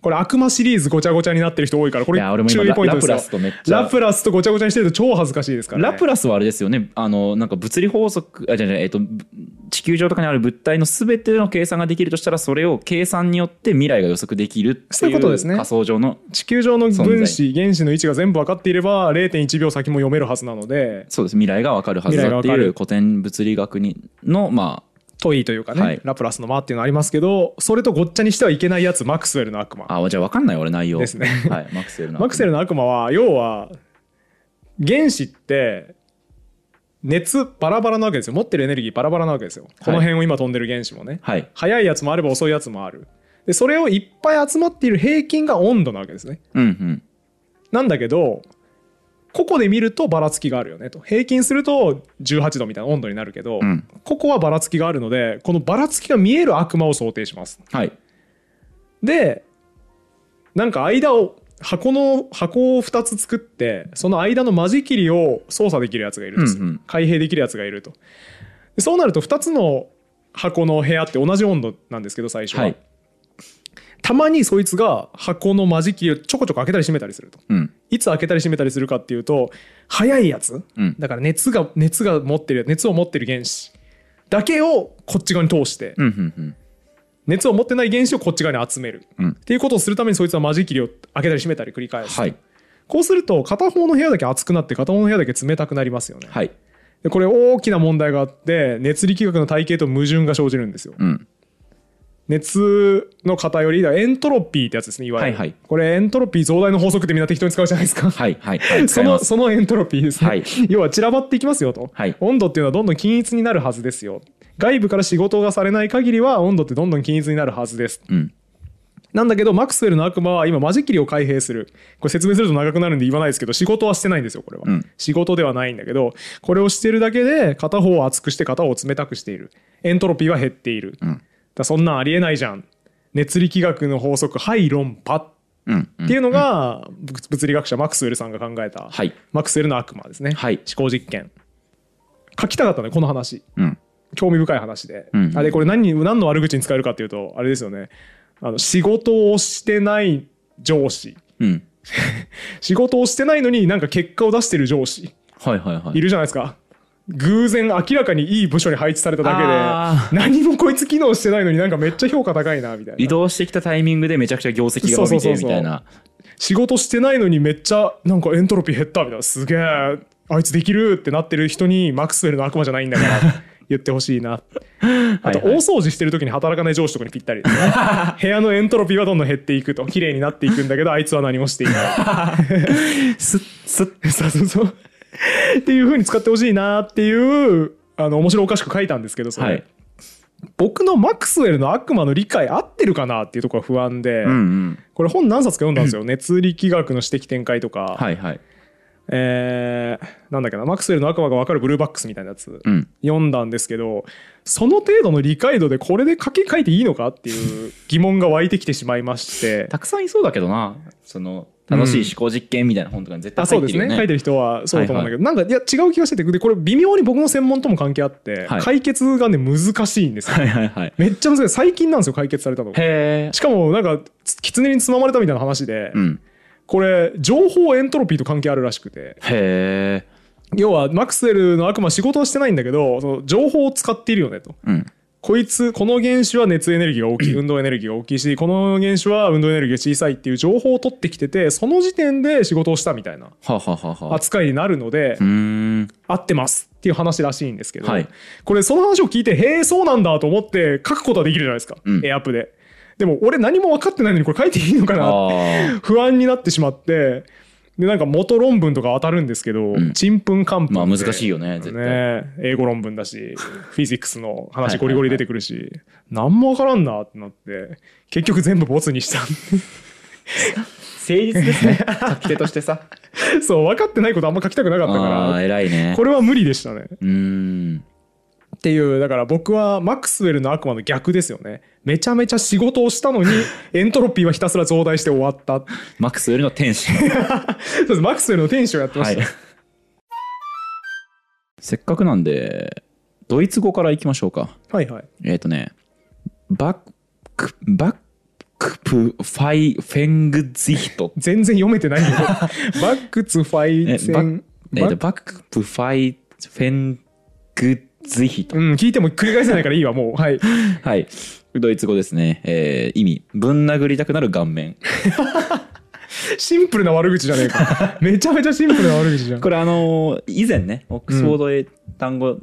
[SPEAKER 1] これ悪魔シリーズごちゃごちゃになってる人多いからこ
[SPEAKER 2] い
[SPEAKER 1] れ
[SPEAKER 2] や俺も今
[SPEAKER 1] 注意
[SPEAKER 2] ラ
[SPEAKER 1] ポイント
[SPEAKER 2] ラ
[SPEAKER 1] です
[SPEAKER 2] プ
[SPEAKER 1] よ
[SPEAKER 2] ラスとめっちゃ
[SPEAKER 1] ラプラスとごちゃごちゃにしてると超恥ずかしいですから、ね、
[SPEAKER 2] ラプラスはあれですよねあのなんか物理法則あじゃあじゃあえっとぶ地球上とかにある物体のすべての計算ができるとしたらそれを計算によって未来が予測できるっていう
[SPEAKER 1] そういうことですね
[SPEAKER 2] 仮想上の
[SPEAKER 1] 地球上の分
[SPEAKER 2] 存
[SPEAKER 1] 子原子の位置が全部分かっていれば0.1秒先も読めるはずなので
[SPEAKER 2] そうです未来がわかるはずだ
[SPEAKER 1] 未
[SPEAKER 2] って
[SPEAKER 1] 来がわか
[SPEAKER 2] い
[SPEAKER 1] る
[SPEAKER 2] う古典物理学にのま
[SPEAKER 1] 問いというかね、
[SPEAKER 2] はい
[SPEAKER 1] ラプラスの間っていうのありますけどそれとごっちゃにしてはいけないやつマックスウェルの悪魔
[SPEAKER 2] ああじゃあわかんない俺内容
[SPEAKER 1] ですね
[SPEAKER 2] はいマックスウェルの
[SPEAKER 1] マクセルの悪魔は要は原子って熱バラバラなわけですよ持ってるエネルギーバラバラなわけですよこの辺を今飛んでる原子もね、
[SPEAKER 2] はい
[SPEAKER 1] 速いやつもあれば遅いやつもあるでそれをいっぱい集まっている平均が温度なわけですね
[SPEAKER 2] うんうん
[SPEAKER 1] なんだけど個々で見るとばらつきがあるよねと平均すると18度みたいな温度になるけど、
[SPEAKER 2] うん
[SPEAKER 1] ここはばらつきがあるのでこのばらつきが見える悪魔を想定します
[SPEAKER 2] はい
[SPEAKER 1] でなんか間を箱の箱を2つ作ってその間の間仕切りを操作できるやつがいるんですよ、
[SPEAKER 2] うんうん
[SPEAKER 1] 開閉できるやつがいるとでそうなると2つの箱の部屋って同じ温度なんですけど最初は、
[SPEAKER 2] はい
[SPEAKER 1] たまにそいつが箱の間仕切りをちょこちょこ開けたり閉めたりすると
[SPEAKER 2] うん
[SPEAKER 1] いつ開けたり閉めたりするかっていうと早いやつ
[SPEAKER 2] うん
[SPEAKER 1] だから熱が熱が持ってる熱を持ってる原子だけをこっち側に通して
[SPEAKER 2] うんうんうん
[SPEAKER 1] 熱を持ってない原子をこっち側に集める、
[SPEAKER 2] うん
[SPEAKER 1] っていうことをするためにそいつは間仕切りを開けたり閉めたり繰り返す、
[SPEAKER 2] はい
[SPEAKER 1] こうすると片方の部屋だけ熱くなって片方の部屋だけ冷たくなりますよね、
[SPEAKER 2] はい
[SPEAKER 1] でこれ大きな問題があって熱力学の体系と矛盾が生じるんですよ
[SPEAKER 2] うん
[SPEAKER 1] 熱の偏りだからエントロピーってやつですねいわゆる、
[SPEAKER 2] はいはい
[SPEAKER 1] これエントロピー増大の法則ってみんな適当に使うじゃないですか
[SPEAKER 2] はいはいはい
[SPEAKER 1] そ
[SPEAKER 2] 使いま
[SPEAKER 1] の
[SPEAKER 2] す
[SPEAKER 1] そのエントロピーですね、
[SPEAKER 2] はい
[SPEAKER 1] 要は散らばっていきますよと、
[SPEAKER 2] はい
[SPEAKER 1] 温度っていうのはどんどん均一になるはずですよ外部から仕事がされない限りは温度ってどんどん均一になるはずです
[SPEAKER 2] うん
[SPEAKER 1] なんだけどマクスウェルの悪魔は今間仕切りを開閉するこれ説明すると長くなるんで言わないですけど仕事はしてないんですよこれは、
[SPEAKER 2] うん
[SPEAKER 1] 仕事ではないんだけどこれをしてるだけで片方を熱くして片方を冷たくしているエントロピーは減っている、
[SPEAKER 2] うん
[SPEAKER 1] だそんなんありえないじゃん熱力学の法則はい論破っ
[SPEAKER 2] うんうん
[SPEAKER 1] ていうのがぶ物理学者マクスウェルさんが考えた、
[SPEAKER 2] はい
[SPEAKER 1] マクスウェルの悪魔ですね、
[SPEAKER 2] はい
[SPEAKER 1] 思考実験書きたかったねこの話
[SPEAKER 2] うん
[SPEAKER 1] 興味深い話で、
[SPEAKER 2] うん
[SPEAKER 1] あれこれ何に何の悪口に使えるかっていうとあれですよねあの仕事をしてない上司
[SPEAKER 2] うん
[SPEAKER 1] 仕事をしてないのになんか結果を出してる上司
[SPEAKER 2] はいはいはい
[SPEAKER 1] いるじゃないですか偶然明らかにいい部署に配置されただ
[SPEAKER 2] あ
[SPEAKER 1] けで何もこいつ機能してないのになんかめっちゃ評価高いなみたい
[SPEAKER 2] 移
[SPEAKER 1] な
[SPEAKER 2] 動してきたタイミングでめちゃくちゃ業績が伸びて
[SPEAKER 1] そうそうそう
[SPEAKER 2] み
[SPEAKER 1] そう
[SPEAKER 2] たいな
[SPEAKER 1] 仕事してないのにめっちゃなんかエントロピー減ったみたいなすげえあいつできるってなってる人にマックスウェルの悪魔じゃないんだから 言ってほしいなあと
[SPEAKER 2] はい
[SPEAKER 1] 大
[SPEAKER 2] はい
[SPEAKER 1] 掃除してる時に働かない上司とかにぴったりです ね部屋のエントロピーはどんどん減っていくと綺麗になっていくんだけどあいつは何もしていない
[SPEAKER 2] す
[SPEAKER 1] そ
[SPEAKER 2] す
[SPEAKER 1] うそうそうっていう風に使ってほしいなっていうあの面白おかしく書いたんですけどそれ、
[SPEAKER 2] はい
[SPEAKER 1] 僕のマックスウェルの悪魔の理解合ってるかなっていうところが不安で、
[SPEAKER 2] うんうん
[SPEAKER 1] これ本何冊か読んだんですよ、熱力学の指摘展開とか、
[SPEAKER 2] はいはい
[SPEAKER 1] えーなんだっけなマックスウェルの悪魔が分かるブルーバックスみたいなやつ、
[SPEAKER 2] うん
[SPEAKER 1] 読んだんですけどその程度の理解度でこれで書き書いていいのかっていう疑問が湧いてきてしまいま して
[SPEAKER 2] たくさんいそうだけどなその楽しい思考実験みたいな本とかに絶対
[SPEAKER 1] あそ
[SPEAKER 2] 書
[SPEAKER 1] うで
[SPEAKER 2] いて
[SPEAKER 1] す
[SPEAKER 2] るよ
[SPEAKER 1] ね
[SPEAKER 2] ね
[SPEAKER 1] 書いてる人はそうだと思うんだけど、なんかいや違う気がしててでこれ微妙に僕の専門とも関係あって、
[SPEAKER 2] はい
[SPEAKER 1] 解決がね難しいんですよ
[SPEAKER 2] はいはいはい
[SPEAKER 1] めっちゃ難しい最近なんですよ解決されたの
[SPEAKER 2] へえ
[SPEAKER 1] しかもなんかつ狐につままれたみたいな話で、
[SPEAKER 2] うん
[SPEAKER 1] これ情報エントロピーと関係あるらしくて
[SPEAKER 2] へえ
[SPEAKER 1] 要はマクスウェルの悪魔は仕事はしてないんだけどその情報を使っているよねと
[SPEAKER 2] うん
[SPEAKER 1] こいつこの原子は熱エネルギーが大きい運動エネルギーが大きいしこの原子は運動エネルギーが小さいっていう情報を取ってきててその時点で仕事をしたみたいな
[SPEAKER 2] はあはあはあはあ
[SPEAKER 1] 扱いになるので
[SPEAKER 2] うーん
[SPEAKER 1] 合ってますっていう話らしいんですけど、
[SPEAKER 2] はい
[SPEAKER 1] これその話を聞いてへえそうなんだと思って書くことはできるじゃないですか、
[SPEAKER 2] うん
[SPEAKER 1] エアアップででも俺何も分かってないのにこれ書いていいのか
[SPEAKER 2] あ
[SPEAKER 1] なって
[SPEAKER 2] ー
[SPEAKER 1] 不安になってしまってでなんか元論文とか当たるんですけど
[SPEAKER 2] ん
[SPEAKER 1] ちんぷんかんぷんで
[SPEAKER 2] まあ難しいよね絶対
[SPEAKER 1] ね英語論文だしフィジックスの
[SPEAKER 2] は
[SPEAKER 1] 話
[SPEAKER 2] い
[SPEAKER 1] ゴリゴリ出てくるし何もわからんなってなって結局全部ボツにした
[SPEAKER 2] 誠実ですね 書き手としてさ
[SPEAKER 1] そう分かってないことあんま書きたくなかった
[SPEAKER 2] ああ
[SPEAKER 1] か
[SPEAKER 2] ー偉いね
[SPEAKER 1] らこれは無理でしたね
[SPEAKER 2] うーん
[SPEAKER 1] っていうだから僕はマックスウェルの悪魔の逆ですよねめちゃめちゃ仕事をしたの にエントロピーはひたすら増大して終わった
[SPEAKER 2] マックスよりの天使
[SPEAKER 1] そうですマックスウェルの天使をやってました、
[SPEAKER 2] はい、 せっかくなんでドイツ語からいきましょうか
[SPEAKER 1] はいはい
[SPEAKER 2] えっ、とねバックバックプファイフェングジヒト
[SPEAKER 1] 全然読めてない けどバックツファイセ
[SPEAKER 2] えバッ
[SPEAKER 1] ン
[SPEAKER 2] えーと
[SPEAKER 1] バッ
[SPEAKER 2] バックプファイフェングジヒト
[SPEAKER 1] うん聞いても繰り返せないからいいわもうはい
[SPEAKER 2] はいドイツ語ですね、えー意味ぶん殴りたくなる顔面
[SPEAKER 1] シンプルな悪口じゃねえかめちゃめちゃシンプルな悪口じゃん
[SPEAKER 2] これあのー以前ねオックスフォード英単語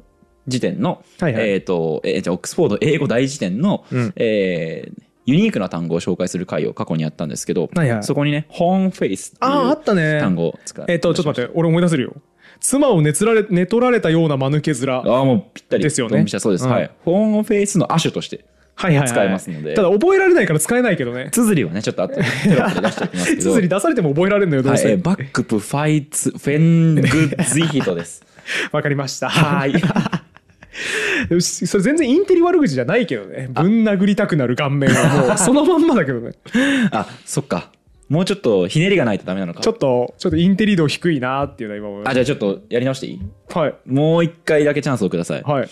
[SPEAKER 2] 辞典の、
[SPEAKER 1] はいはい
[SPEAKER 2] えっ、と、えーじゃあオックスフォード英語大辞典の、
[SPEAKER 1] うん
[SPEAKER 2] えーユニークな単語を紹介する回を過去にやったんですけど、
[SPEAKER 1] はいはい
[SPEAKER 2] そこにね、ホーンフェイスってい
[SPEAKER 1] あああ
[SPEAKER 2] う
[SPEAKER 1] ったね
[SPEAKER 2] 単語を使っ て。
[SPEAKER 1] えっ、とちょっと待
[SPEAKER 2] って。
[SPEAKER 1] って俺思い出せるよ妻を寝つられ寝取られたような間抜け面はい
[SPEAKER 2] ああ、もうぴったり
[SPEAKER 1] ですよね
[SPEAKER 2] ドンピシャそうです、
[SPEAKER 1] うん
[SPEAKER 2] はい。ホーンフェイスの亜種として、
[SPEAKER 1] はいはい
[SPEAKER 2] 使えますので
[SPEAKER 1] ただ覚えられないから使えないけど ね
[SPEAKER 2] 綴りはね、ちょっと後でテロップで出しておきま すけど。
[SPEAKER 1] 綴り出されても覚えられるのよど
[SPEAKER 2] は
[SPEAKER 1] う
[SPEAKER 2] い
[SPEAKER 1] せ、
[SPEAKER 2] えーバックプファイツフェングズイヒトです。
[SPEAKER 1] わかりました
[SPEAKER 2] はーい。
[SPEAKER 1] よしそれ全然インテリ悪口じゃないけどねぶん殴りたくなる顔面は もうそのまんまだけどね
[SPEAKER 2] あ、そっか。もうちょっとひねりがないとダメなのか。
[SPEAKER 1] ちょっとちょっとインテリ度低いなーっていうのは今思いま
[SPEAKER 2] あ、
[SPEAKER 1] し
[SPEAKER 2] じゃあちょっとやり直していい
[SPEAKER 1] たはい
[SPEAKER 2] もう一回だけチャンスをください。
[SPEAKER 1] はい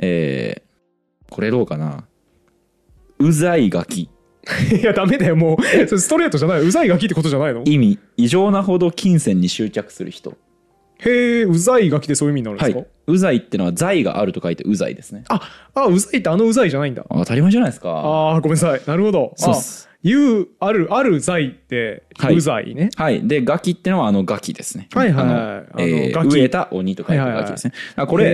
[SPEAKER 2] えー、これどうかなうざいガキ。
[SPEAKER 1] いやダメだよもうそれストレートじゃないうざいガキってことじゃないの
[SPEAKER 2] 意味、異常なほど金銭に執着する人。
[SPEAKER 1] へえうざいガキってそういう意味になるんで
[SPEAKER 2] は
[SPEAKER 1] すか、
[SPEAKER 2] い。うざいってのは、財があると書いてうざいですね。
[SPEAKER 1] ああうざいってあのうざいじゃないんだ
[SPEAKER 2] あ当たり前じゃないですか。
[SPEAKER 1] あーごめんなさいなるほど
[SPEAKER 2] そうっす
[SPEAKER 1] あ言うあるあるざいって
[SPEAKER 2] はいう
[SPEAKER 1] ざいね、
[SPEAKER 2] はい。で、ガキってのはあのガキですね。
[SPEAKER 1] はいはいはい
[SPEAKER 2] あのえー
[SPEAKER 1] あのガキ
[SPEAKER 2] 飢えた鬼と書いてガキですね。あこ
[SPEAKER 1] こ
[SPEAKER 2] れ、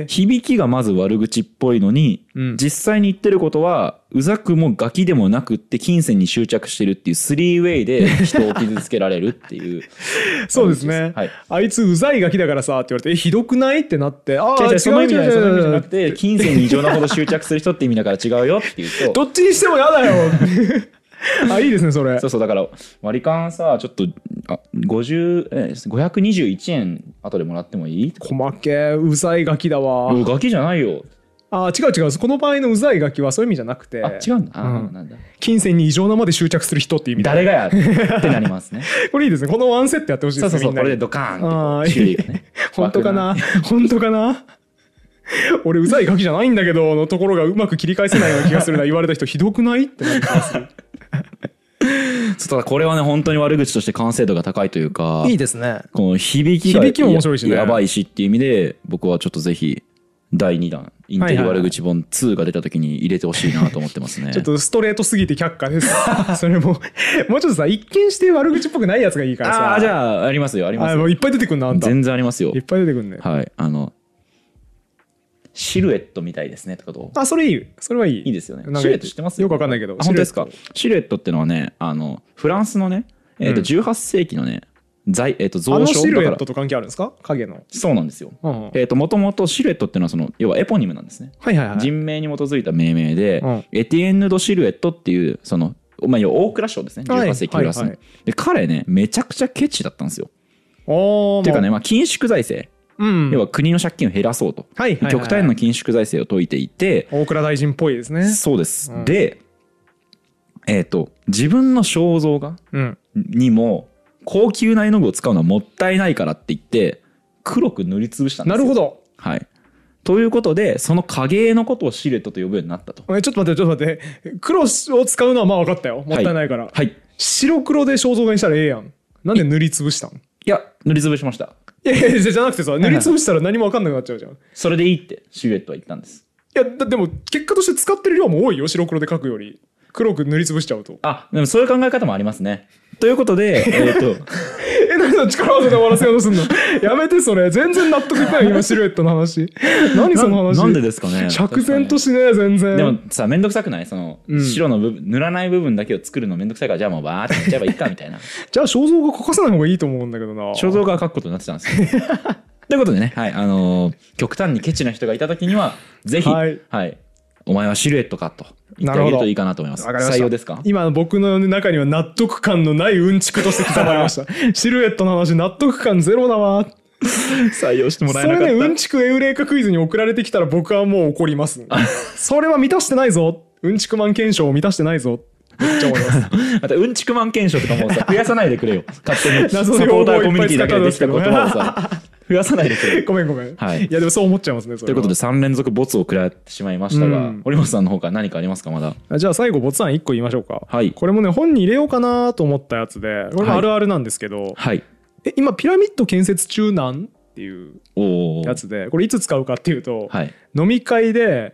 [SPEAKER 1] れ
[SPEAKER 2] 響きがまず悪口っぽいのに、
[SPEAKER 1] うん
[SPEAKER 2] 実際に言ってることはうざくもガキでもなくって金銭に執着してるっていうスリーウェイで人を傷つけられるっていう
[SPEAKER 1] そうですね
[SPEAKER 2] はい
[SPEAKER 1] あいつうざいガキだからさって言われてえひどくないってなってああ
[SPEAKER 2] 違う違うその意味じゃないその意味じゃ
[SPEAKER 1] 違
[SPEAKER 2] なくて金銭に異常なほど執着する人って意味だから違うよっていうと
[SPEAKER 1] どっちにしても嫌だよ あいいですねそれ
[SPEAKER 2] そうそうだから割り勘さちょっとあ50え521円後でもらってもいい
[SPEAKER 1] 細けうざいガキだわ
[SPEAKER 2] うんガキじゃないよ
[SPEAKER 1] あー違う違うこの場合のうざいガキはそういう意味じゃなくて
[SPEAKER 2] あ違うんだあ
[SPEAKER 1] う
[SPEAKER 2] ー、
[SPEAKER 1] ん
[SPEAKER 2] なんだ
[SPEAKER 1] 金銭に異常なまで執着する人っていう意味だ
[SPEAKER 2] 誰がやってなりま すね
[SPEAKER 1] これいいですねこのワンセットやってほしい
[SPEAKER 2] そ
[SPEAKER 1] で
[SPEAKER 2] う
[SPEAKER 1] す
[SPEAKER 2] そう
[SPEAKER 1] ねみ
[SPEAKER 2] そう
[SPEAKER 1] ん
[SPEAKER 2] こ
[SPEAKER 1] な
[SPEAKER 2] れ
[SPEAKER 1] に
[SPEAKER 2] でドカーン
[SPEAKER 1] あ
[SPEAKER 2] っ
[SPEAKER 1] ー
[SPEAKER 2] てこう周囲がね
[SPEAKER 1] 本当かな本当かな俺うざいガキじゃないんだけどのところがうまく切り返せないような気がするな言われた人ひどくないってなる気がする
[SPEAKER 2] ちょっとただこれはね本当に悪口として完成度が高いと いうか
[SPEAKER 1] ですね
[SPEAKER 2] この響きが
[SPEAKER 1] 響きも面白いしね
[SPEAKER 2] やばいしっていう意味で僕はちょっとぜひ第2弾インテリ悪口本2が出た時に入れてほしいなと思ってますね
[SPEAKER 1] ちょっとストレートすぎて却下 ですそれももうちょっとさ一見して悪口っぽくないやつがいいからさ
[SPEAKER 2] ああじゃあありますよあります
[SPEAKER 1] あ
[SPEAKER 2] よ
[SPEAKER 1] もういっぱい出てくんなあんたい
[SPEAKER 2] 全然ありますよ
[SPEAKER 1] っぱい出てくんね
[SPEAKER 2] はいあのシルエットみたいですねとかどう
[SPEAKER 1] あそれいいそれはいい
[SPEAKER 2] いいですよね
[SPEAKER 1] なんか
[SPEAKER 2] シルエット知ってます
[SPEAKER 1] よくわかんないけど
[SPEAKER 2] あ本当ですか
[SPEAKER 1] シルエッ
[SPEAKER 2] シルエットってのはねあのフランスのね、えー、と
[SPEAKER 1] うん
[SPEAKER 2] 18世紀のね財、えー、と
[SPEAKER 1] トあ
[SPEAKER 2] 蔵
[SPEAKER 1] の
[SPEAKER 2] 書
[SPEAKER 1] シルエ
[SPEAKER 2] だか
[SPEAKER 1] ッ
[SPEAKER 2] ら
[SPEAKER 1] トと関係あるんですか影の、
[SPEAKER 2] そうなんですよ
[SPEAKER 1] うんうん
[SPEAKER 2] えーともともとシルエットってのはその要はエポニムなんですね
[SPEAKER 1] はいはいはい
[SPEAKER 2] 人名に基づいた命名で、
[SPEAKER 1] うん
[SPEAKER 2] エティエンヌ・ド・シルエットっていうその、まあ、要は大蔵省ですね
[SPEAKER 1] はい
[SPEAKER 2] 18世紀フランスの、
[SPEAKER 1] はいはい
[SPEAKER 2] で彼ねめちゃくちゃケチだったんですよ。
[SPEAKER 1] おー
[SPEAKER 2] っていうかね、
[SPEAKER 1] も
[SPEAKER 2] まあ、緊縮財政、
[SPEAKER 1] ううん
[SPEAKER 2] 要は国の借金を減らそうと、
[SPEAKER 1] はいはいはい
[SPEAKER 2] 極端な緊縮財政を解いていて、
[SPEAKER 1] 大蔵大臣っぽいですね
[SPEAKER 2] そうです、
[SPEAKER 1] うん
[SPEAKER 2] で、えー、と自分の肖像画
[SPEAKER 1] うん
[SPEAKER 2] にも高級な絵の具を使うのはもったいないからって言って黒く塗りつぶしたんです
[SPEAKER 1] なる
[SPEAKER 2] よ。
[SPEAKER 1] ほど
[SPEAKER 2] はい、ということでその影絵のことをシルエットと呼ぶようになったと。
[SPEAKER 1] えちょっと待ってちょっと待って黒を使うのはまあ分かったよもったいないから、
[SPEAKER 2] はい
[SPEAKER 1] 白黒で肖像画にしたらええやんなんで塗りつぶしたん
[SPEAKER 2] いや塗りつぶしました
[SPEAKER 1] いやいやじゃじゃなくてさ
[SPEAKER 2] いは
[SPEAKER 1] 塗
[SPEAKER 2] い
[SPEAKER 1] りつぶしたら何も分かんなくなっちゃうじゃんい
[SPEAKER 2] それでいいってシルエットは言ったんです
[SPEAKER 1] やだでも結果として使ってる量も多いよ白黒で描くより黒く塗りつぶしちゃうと
[SPEAKER 2] あでもそういう考え方もありますねということ でえっと
[SPEAKER 1] え何の力技で終わらせようとすんの やめてそれ全然納得いかない今シルエットの話何その話
[SPEAKER 2] なんでですかね
[SPEAKER 1] 釈然としねえ全然
[SPEAKER 2] でもさ面倒くさくないその、
[SPEAKER 1] うん
[SPEAKER 2] 白の部分塗らない部分だけを作るの面倒くさいからじゃあもうバーってやっちゃえばいいかみた いな
[SPEAKER 1] じゃあ肖像画描かさない方がいいと思うんだけどな
[SPEAKER 2] 肖像画を描くことになってたんですよ ということでね、はいあのー極端にケチな人がいた時にはぜひ、は
[SPEAKER 1] はいい
[SPEAKER 2] お前はシルエットかと言ってあげるといいかなと思います
[SPEAKER 1] わかりました
[SPEAKER 2] 採用ですか
[SPEAKER 1] 今の僕の中には納得感のないうんちくとして刻まれました シルエットの話納得感ゼロだわ
[SPEAKER 2] 採用しても
[SPEAKER 1] それねうんちくエウレカクイズに送られてきたら僕はもう怒ります それは満たしてないぞうんちくマン検証を満たしてないぞめっちゃ思います
[SPEAKER 2] またうんちくまん検証とかもさ増やさないでくれよ勝手にサポ
[SPEAKER 1] 謎の用語
[SPEAKER 2] ータ
[SPEAKER 1] を
[SPEAKER 2] ー
[SPEAKER 1] いっぱい
[SPEAKER 2] コミュニティだけでできた言葉 をさ増やさないでくれよ
[SPEAKER 1] ごめんごめん、
[SPEAKER 2] はい
[SPEAKER 1] やでもそう思っちゃいますねそ
[SPEAKER 2] と
[SPEAKER 1] れ
[SPEAKER 2] いう
[SPEAKER 1] は
[SPEAKER 2] ことで3連続ボツを食らってしまいましたが、
[SPEAKER 1] うん
[SPEAKER 2] 堀本さんの方から何かありますかまだ
[SPEAKER 1] あじゃあ最後ボツ案1個言いましょうか
[SPEAKER 2] はい
[SPEAKER 1] これもね本に入れようかなと思ったやつでこれもあるあるなんですけど、
[SPEAKER 2] はい
[SPEAKER 1] え今ピラミッド建設中なんっていう
[SPEAKER 2] おお
[SPEAKER 1] やつでこれいつ使うかっていうと、
[SPEAKER 2] はい
[SPEAKER 1] 飲み会で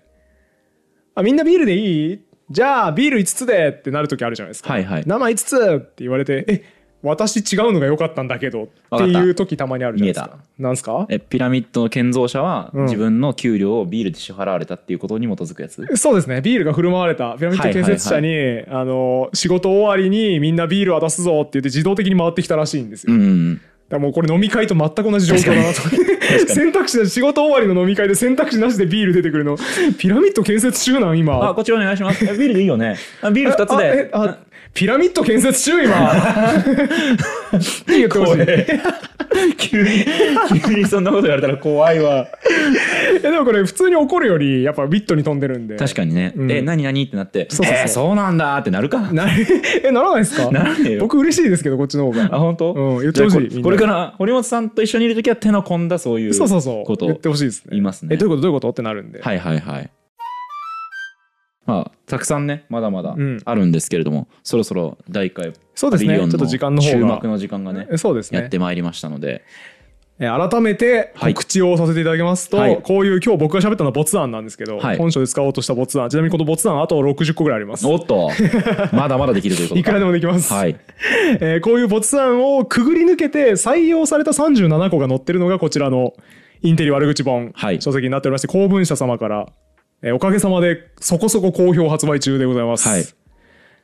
[SPEAKER 1] あ「みんなビールでいいじゃあビール5つで!」ってなる時あるじゃないですか
[SPEAKER 2] はいはい
[SPEAKER 1] 生5つ!」って言われて「え私違うのが良かったんだけど」っていう時たまにあるじゃないです
[SPEAKER 2] 見
[SPEAKER 1] か。なんすか
[SPEAKER 2] えピラミッドの建造者は
[SPEAKER 1] うん
[SPEAKER 2] 自分の給料をビールで支払われたっていうことに基づくやつ、
[SPEAKER 1] そうですねビールが振る舞われたピラミッド建設者に、あの仕事終わりにみんなビール渡すぞって言って自動的に回ってきたらしいんです
[SPEAKER 2] う
[SPEAKER 1] よ、
[SPEAKER 2] ん
[SPEAKER 1] だか
[SPEAKER 2] うん
[SPEAKER 1] らもうこれ飲み会と全く同じ状況だなと 選択肢なし仕事終わりの飲み会で選択肢なしでビール出てくるのピラミッド建設中なん今
[SPEAKER 2] あこっちお願いしますえビールでいいよねあビール2つで
[SPEAKER 1] ああえあピラミッド建設 中今って言ってほしい
[SPEAKER 2] 怖え 急に急にそんなこと言われたら怖いわ
[SPEAKER 1] えでもこれ普通に怒るよりやっぱウィットに飛んでるんで
[SPEAKER 2] 確かにね、
[SPEAKER 1] うん
[SPEAKER 2] え何何ってなって
[SPEAKER 1] そうそうそう
[SPEAKER 2] えーそうなんだってなるか
[SPEAKER 1] なえならないですか
[SPEAKER 2] ならねえよ
[SPEAKER 1] 僕嬉しいですけどこっちの方
[SPEAKER 2] あ
[SPEAKER 1] が
[SPEAKER 2] 本当、
[SPEAKER 1] うん言ってほしい
[SPEAKER 2] じゃあ
[SPEAKER 1] みんな
[SPEAKER 2] ここれから堀本さんと一緒にいる時は手の込んだそういう
[SPEAKER 1] そうそうそう
[SPEAKER 2] こと
[SPEAKER 1] 言ってほしいですね
[SPEAKER 2] 言いますね
[SPEAKER 1] えどういうことどういうことってなるんで、
[SPEAKER 2] はいはいはいまあたくさんねまだまだ
[SPEAKER 1] うん
[SPEAKER 2] あるんですけれども、そろそろ第1回
[SPEAKER 1] そうですね
[SPEAKER 2] ビリオン
[SPEAKER 1] ちょっと時間の方が
[SPEAKER 2] 注目の時間がね
[SPEAKER 1] えそうです
[SPEAKER 2] やっ
[SPEAKER 1] ね
[SPEAKER 2] てまいりましたので
[SPEAKER 1] え改めて
[SPEAKER 2] はい
[SPEAKER 1] 告知をさせていただきますと、
[SPEAKER 2] はい
[SPEAKER 1] こういう今日僕が喋ったのは没案なんですけど、
[SPEAKER 2] はい
[SPEAKER 1] 本書で使おうとした没案ちなみにこの没案あと60個ぐらいあります
[SPEAKER 2] お っとまだまだできるということ
[SPEAKER 1] いくらでもできます、
[SPEAKER 2] はい
[SPEAKER 1] えーこういう没案をくぐり抜けて採用された37個が載ってるのがこちらのインテリ悪口本、
[SPEAKER 2] はい
[SPEAKER 1] 書籍になっておりまして公文社様からえーおかげさまでそこそこ好評発売中でございます、
[SPEAKER 2] はい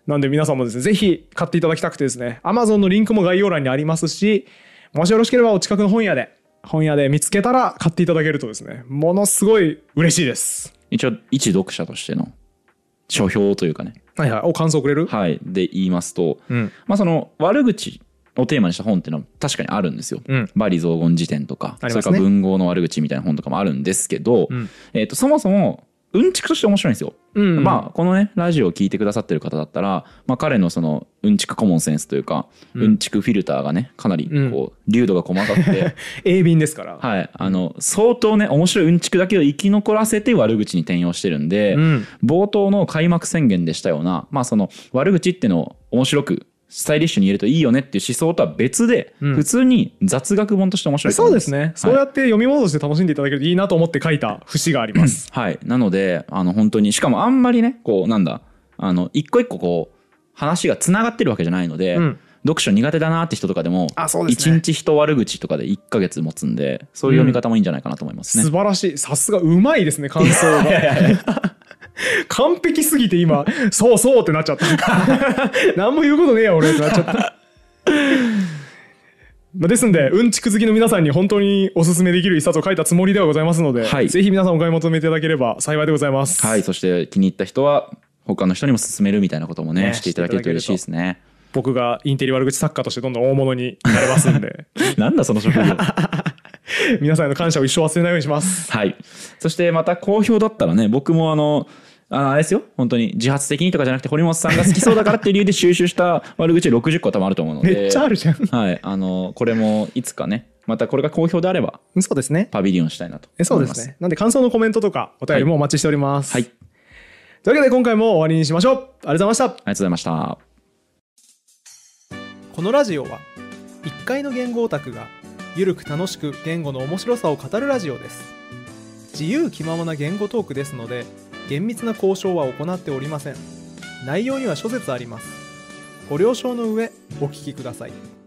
[SPEAKER 1] なんで皆さんもですねぜひ買っていただきたくてですね Amazon のリンクも概要欄にありますしもしよろしければお近くの本屋で本屋で見つけたら買っていただけるとですねものすごい嬉しいです
[SPEAKER 2] 一応一読者としての書評というかね
[SPEAKER 1] はいはいお感想くれる
[SPEAKER 2] はいで言いますと、
[SPEAKER 1] うん
[SPEAKER 2] まあその悪口をテーマにした本っていうのは確かにあるんですよ、
[SPEAKER 1] うん
[SPEAKER 2] バリ雑言辞典とか、
[SPEAKER 1] ありま
[SPEAKER 2] それ
[SPEAKER 1] す
[SPEAKER 2] か
[SPEAKER 1] ね
[SPEAKER 2] ら文豪の悪口みたいな本とかもあるんですけど、
[SPEAKER 1] うん
[SPEAKER 2] えー、とそもそもうんちくとして面白いんですよ、
[SPEAKER 1] うん
[SPEAKER 2] まあこのねラジオを聞いてくださってる方だったら、まあ、彼のそのうんちくコモンセンスというか、
[SPEAKER 1] う
[SPEAKER 2] うんん、ちくフィルターがねかなりこう流度が細か くて、
[SPEAKER 1] 鋭敏ですから、
[SPEAKER 2] はいあの相当ね面白いうんちくだけを生き残らせて悪口に転用してるんで、
[SPEAKER 1] うん
[SPEAKER 2] 冒頭の開幕宣言でしたような、まあ、その悪口っていうのを面白くスタイリッシュに言えるといいよねっていう思想とは別で、
[SPEAKER 1] うん
[SPEAKER 2] 普通に雑学本として面白いと
[SPEAKER 1] そう
[SPEAKER 2] 思い
[SPEAKER 1] で
[SPEAKER 2] ます
[SPEAKER 1] ね、そうやって読み戻して楽しんでいただけるといいなと思って書いた節があります。
[SPEAKER 2] はい、なのであの本当にしかもあんまりねこうなんだあの一個一個こう話がつながってるわけじゃないので、
[SPEAKER 1] うん
[SPEAKER 2] 読書苦手だなって人とかでも
[SPEAKER 1] あそうです
[SPEAKER 2] 一
[SPEAKER 1] ね
[SPEAKER 2] 日人悪口とかで1ヶ月持つんでそういう読み方もいいんじゃないかなと思いますね。
[SPEAKER 1] 素晴らしいさすがうまいですね感想が 完璧すぎて今「そうそう」ってなっちゃった 何も言うことねえや俺ってなっちゃったまあですんでうんちく好きの皆さんに本当におすすめできる一冊を書いたつもりではございますので、
[SPEAKER 2] はい
[SPEAKER 1] ぜひ皆さんお買い求めいただければ幸いでございます、
[SPEAKER 2] はい、そして気に入った人は他の人にも勧めるみたいなこともね
[SPEAKER 1] ね
[SPEAKER 2] していただけると嬉しいですね。
[SPEAKER 1] 僕がインテリ悪口作家としてどんどん大物になれますん で
[SPEAKER 2] なんだその職業
[SPEAKER 1] 皆さんへの感謝を一生忘れないようにします
[SPEAKER 2] はいそしてまた好評だったらね僕もあのああれですよ本当に自発的にとかじゃなくて堀本さんが好きそうだからっていう理由で収集した 悪口60個多分あると思うので
[SPEAKER 1] めっちゃあるじゃん、
[SPEAKER 2] はいあのこれもいつかねまたこれが好評であれば
[SPEAKER 1] そうですね
[SPEAKER 2] パビリオンしたいなと
[SPEAKER 1] えそう
[SPEAKER 2] 思い
[SPEAKER 1] で
[SPEAKER 2] ます
[SPEAKER 1] すね。なんで感想のコメントとかお便りもお待ちしております。
[SPEAKER 2] はい
[SPEAKER 1] というわけで今回も終わりにしましょう。ありがとうございまし
[SPEAKER 2] ありがとうございました
[SPEAKER 1] た。このラジオは1階の言語オタクがゆるく楽しく言語の面白さを語るラジオです。自由気ままな言語トークですので厳密な交渉は行っておりません。内容には諸説あります。ご了承の上お聞きください。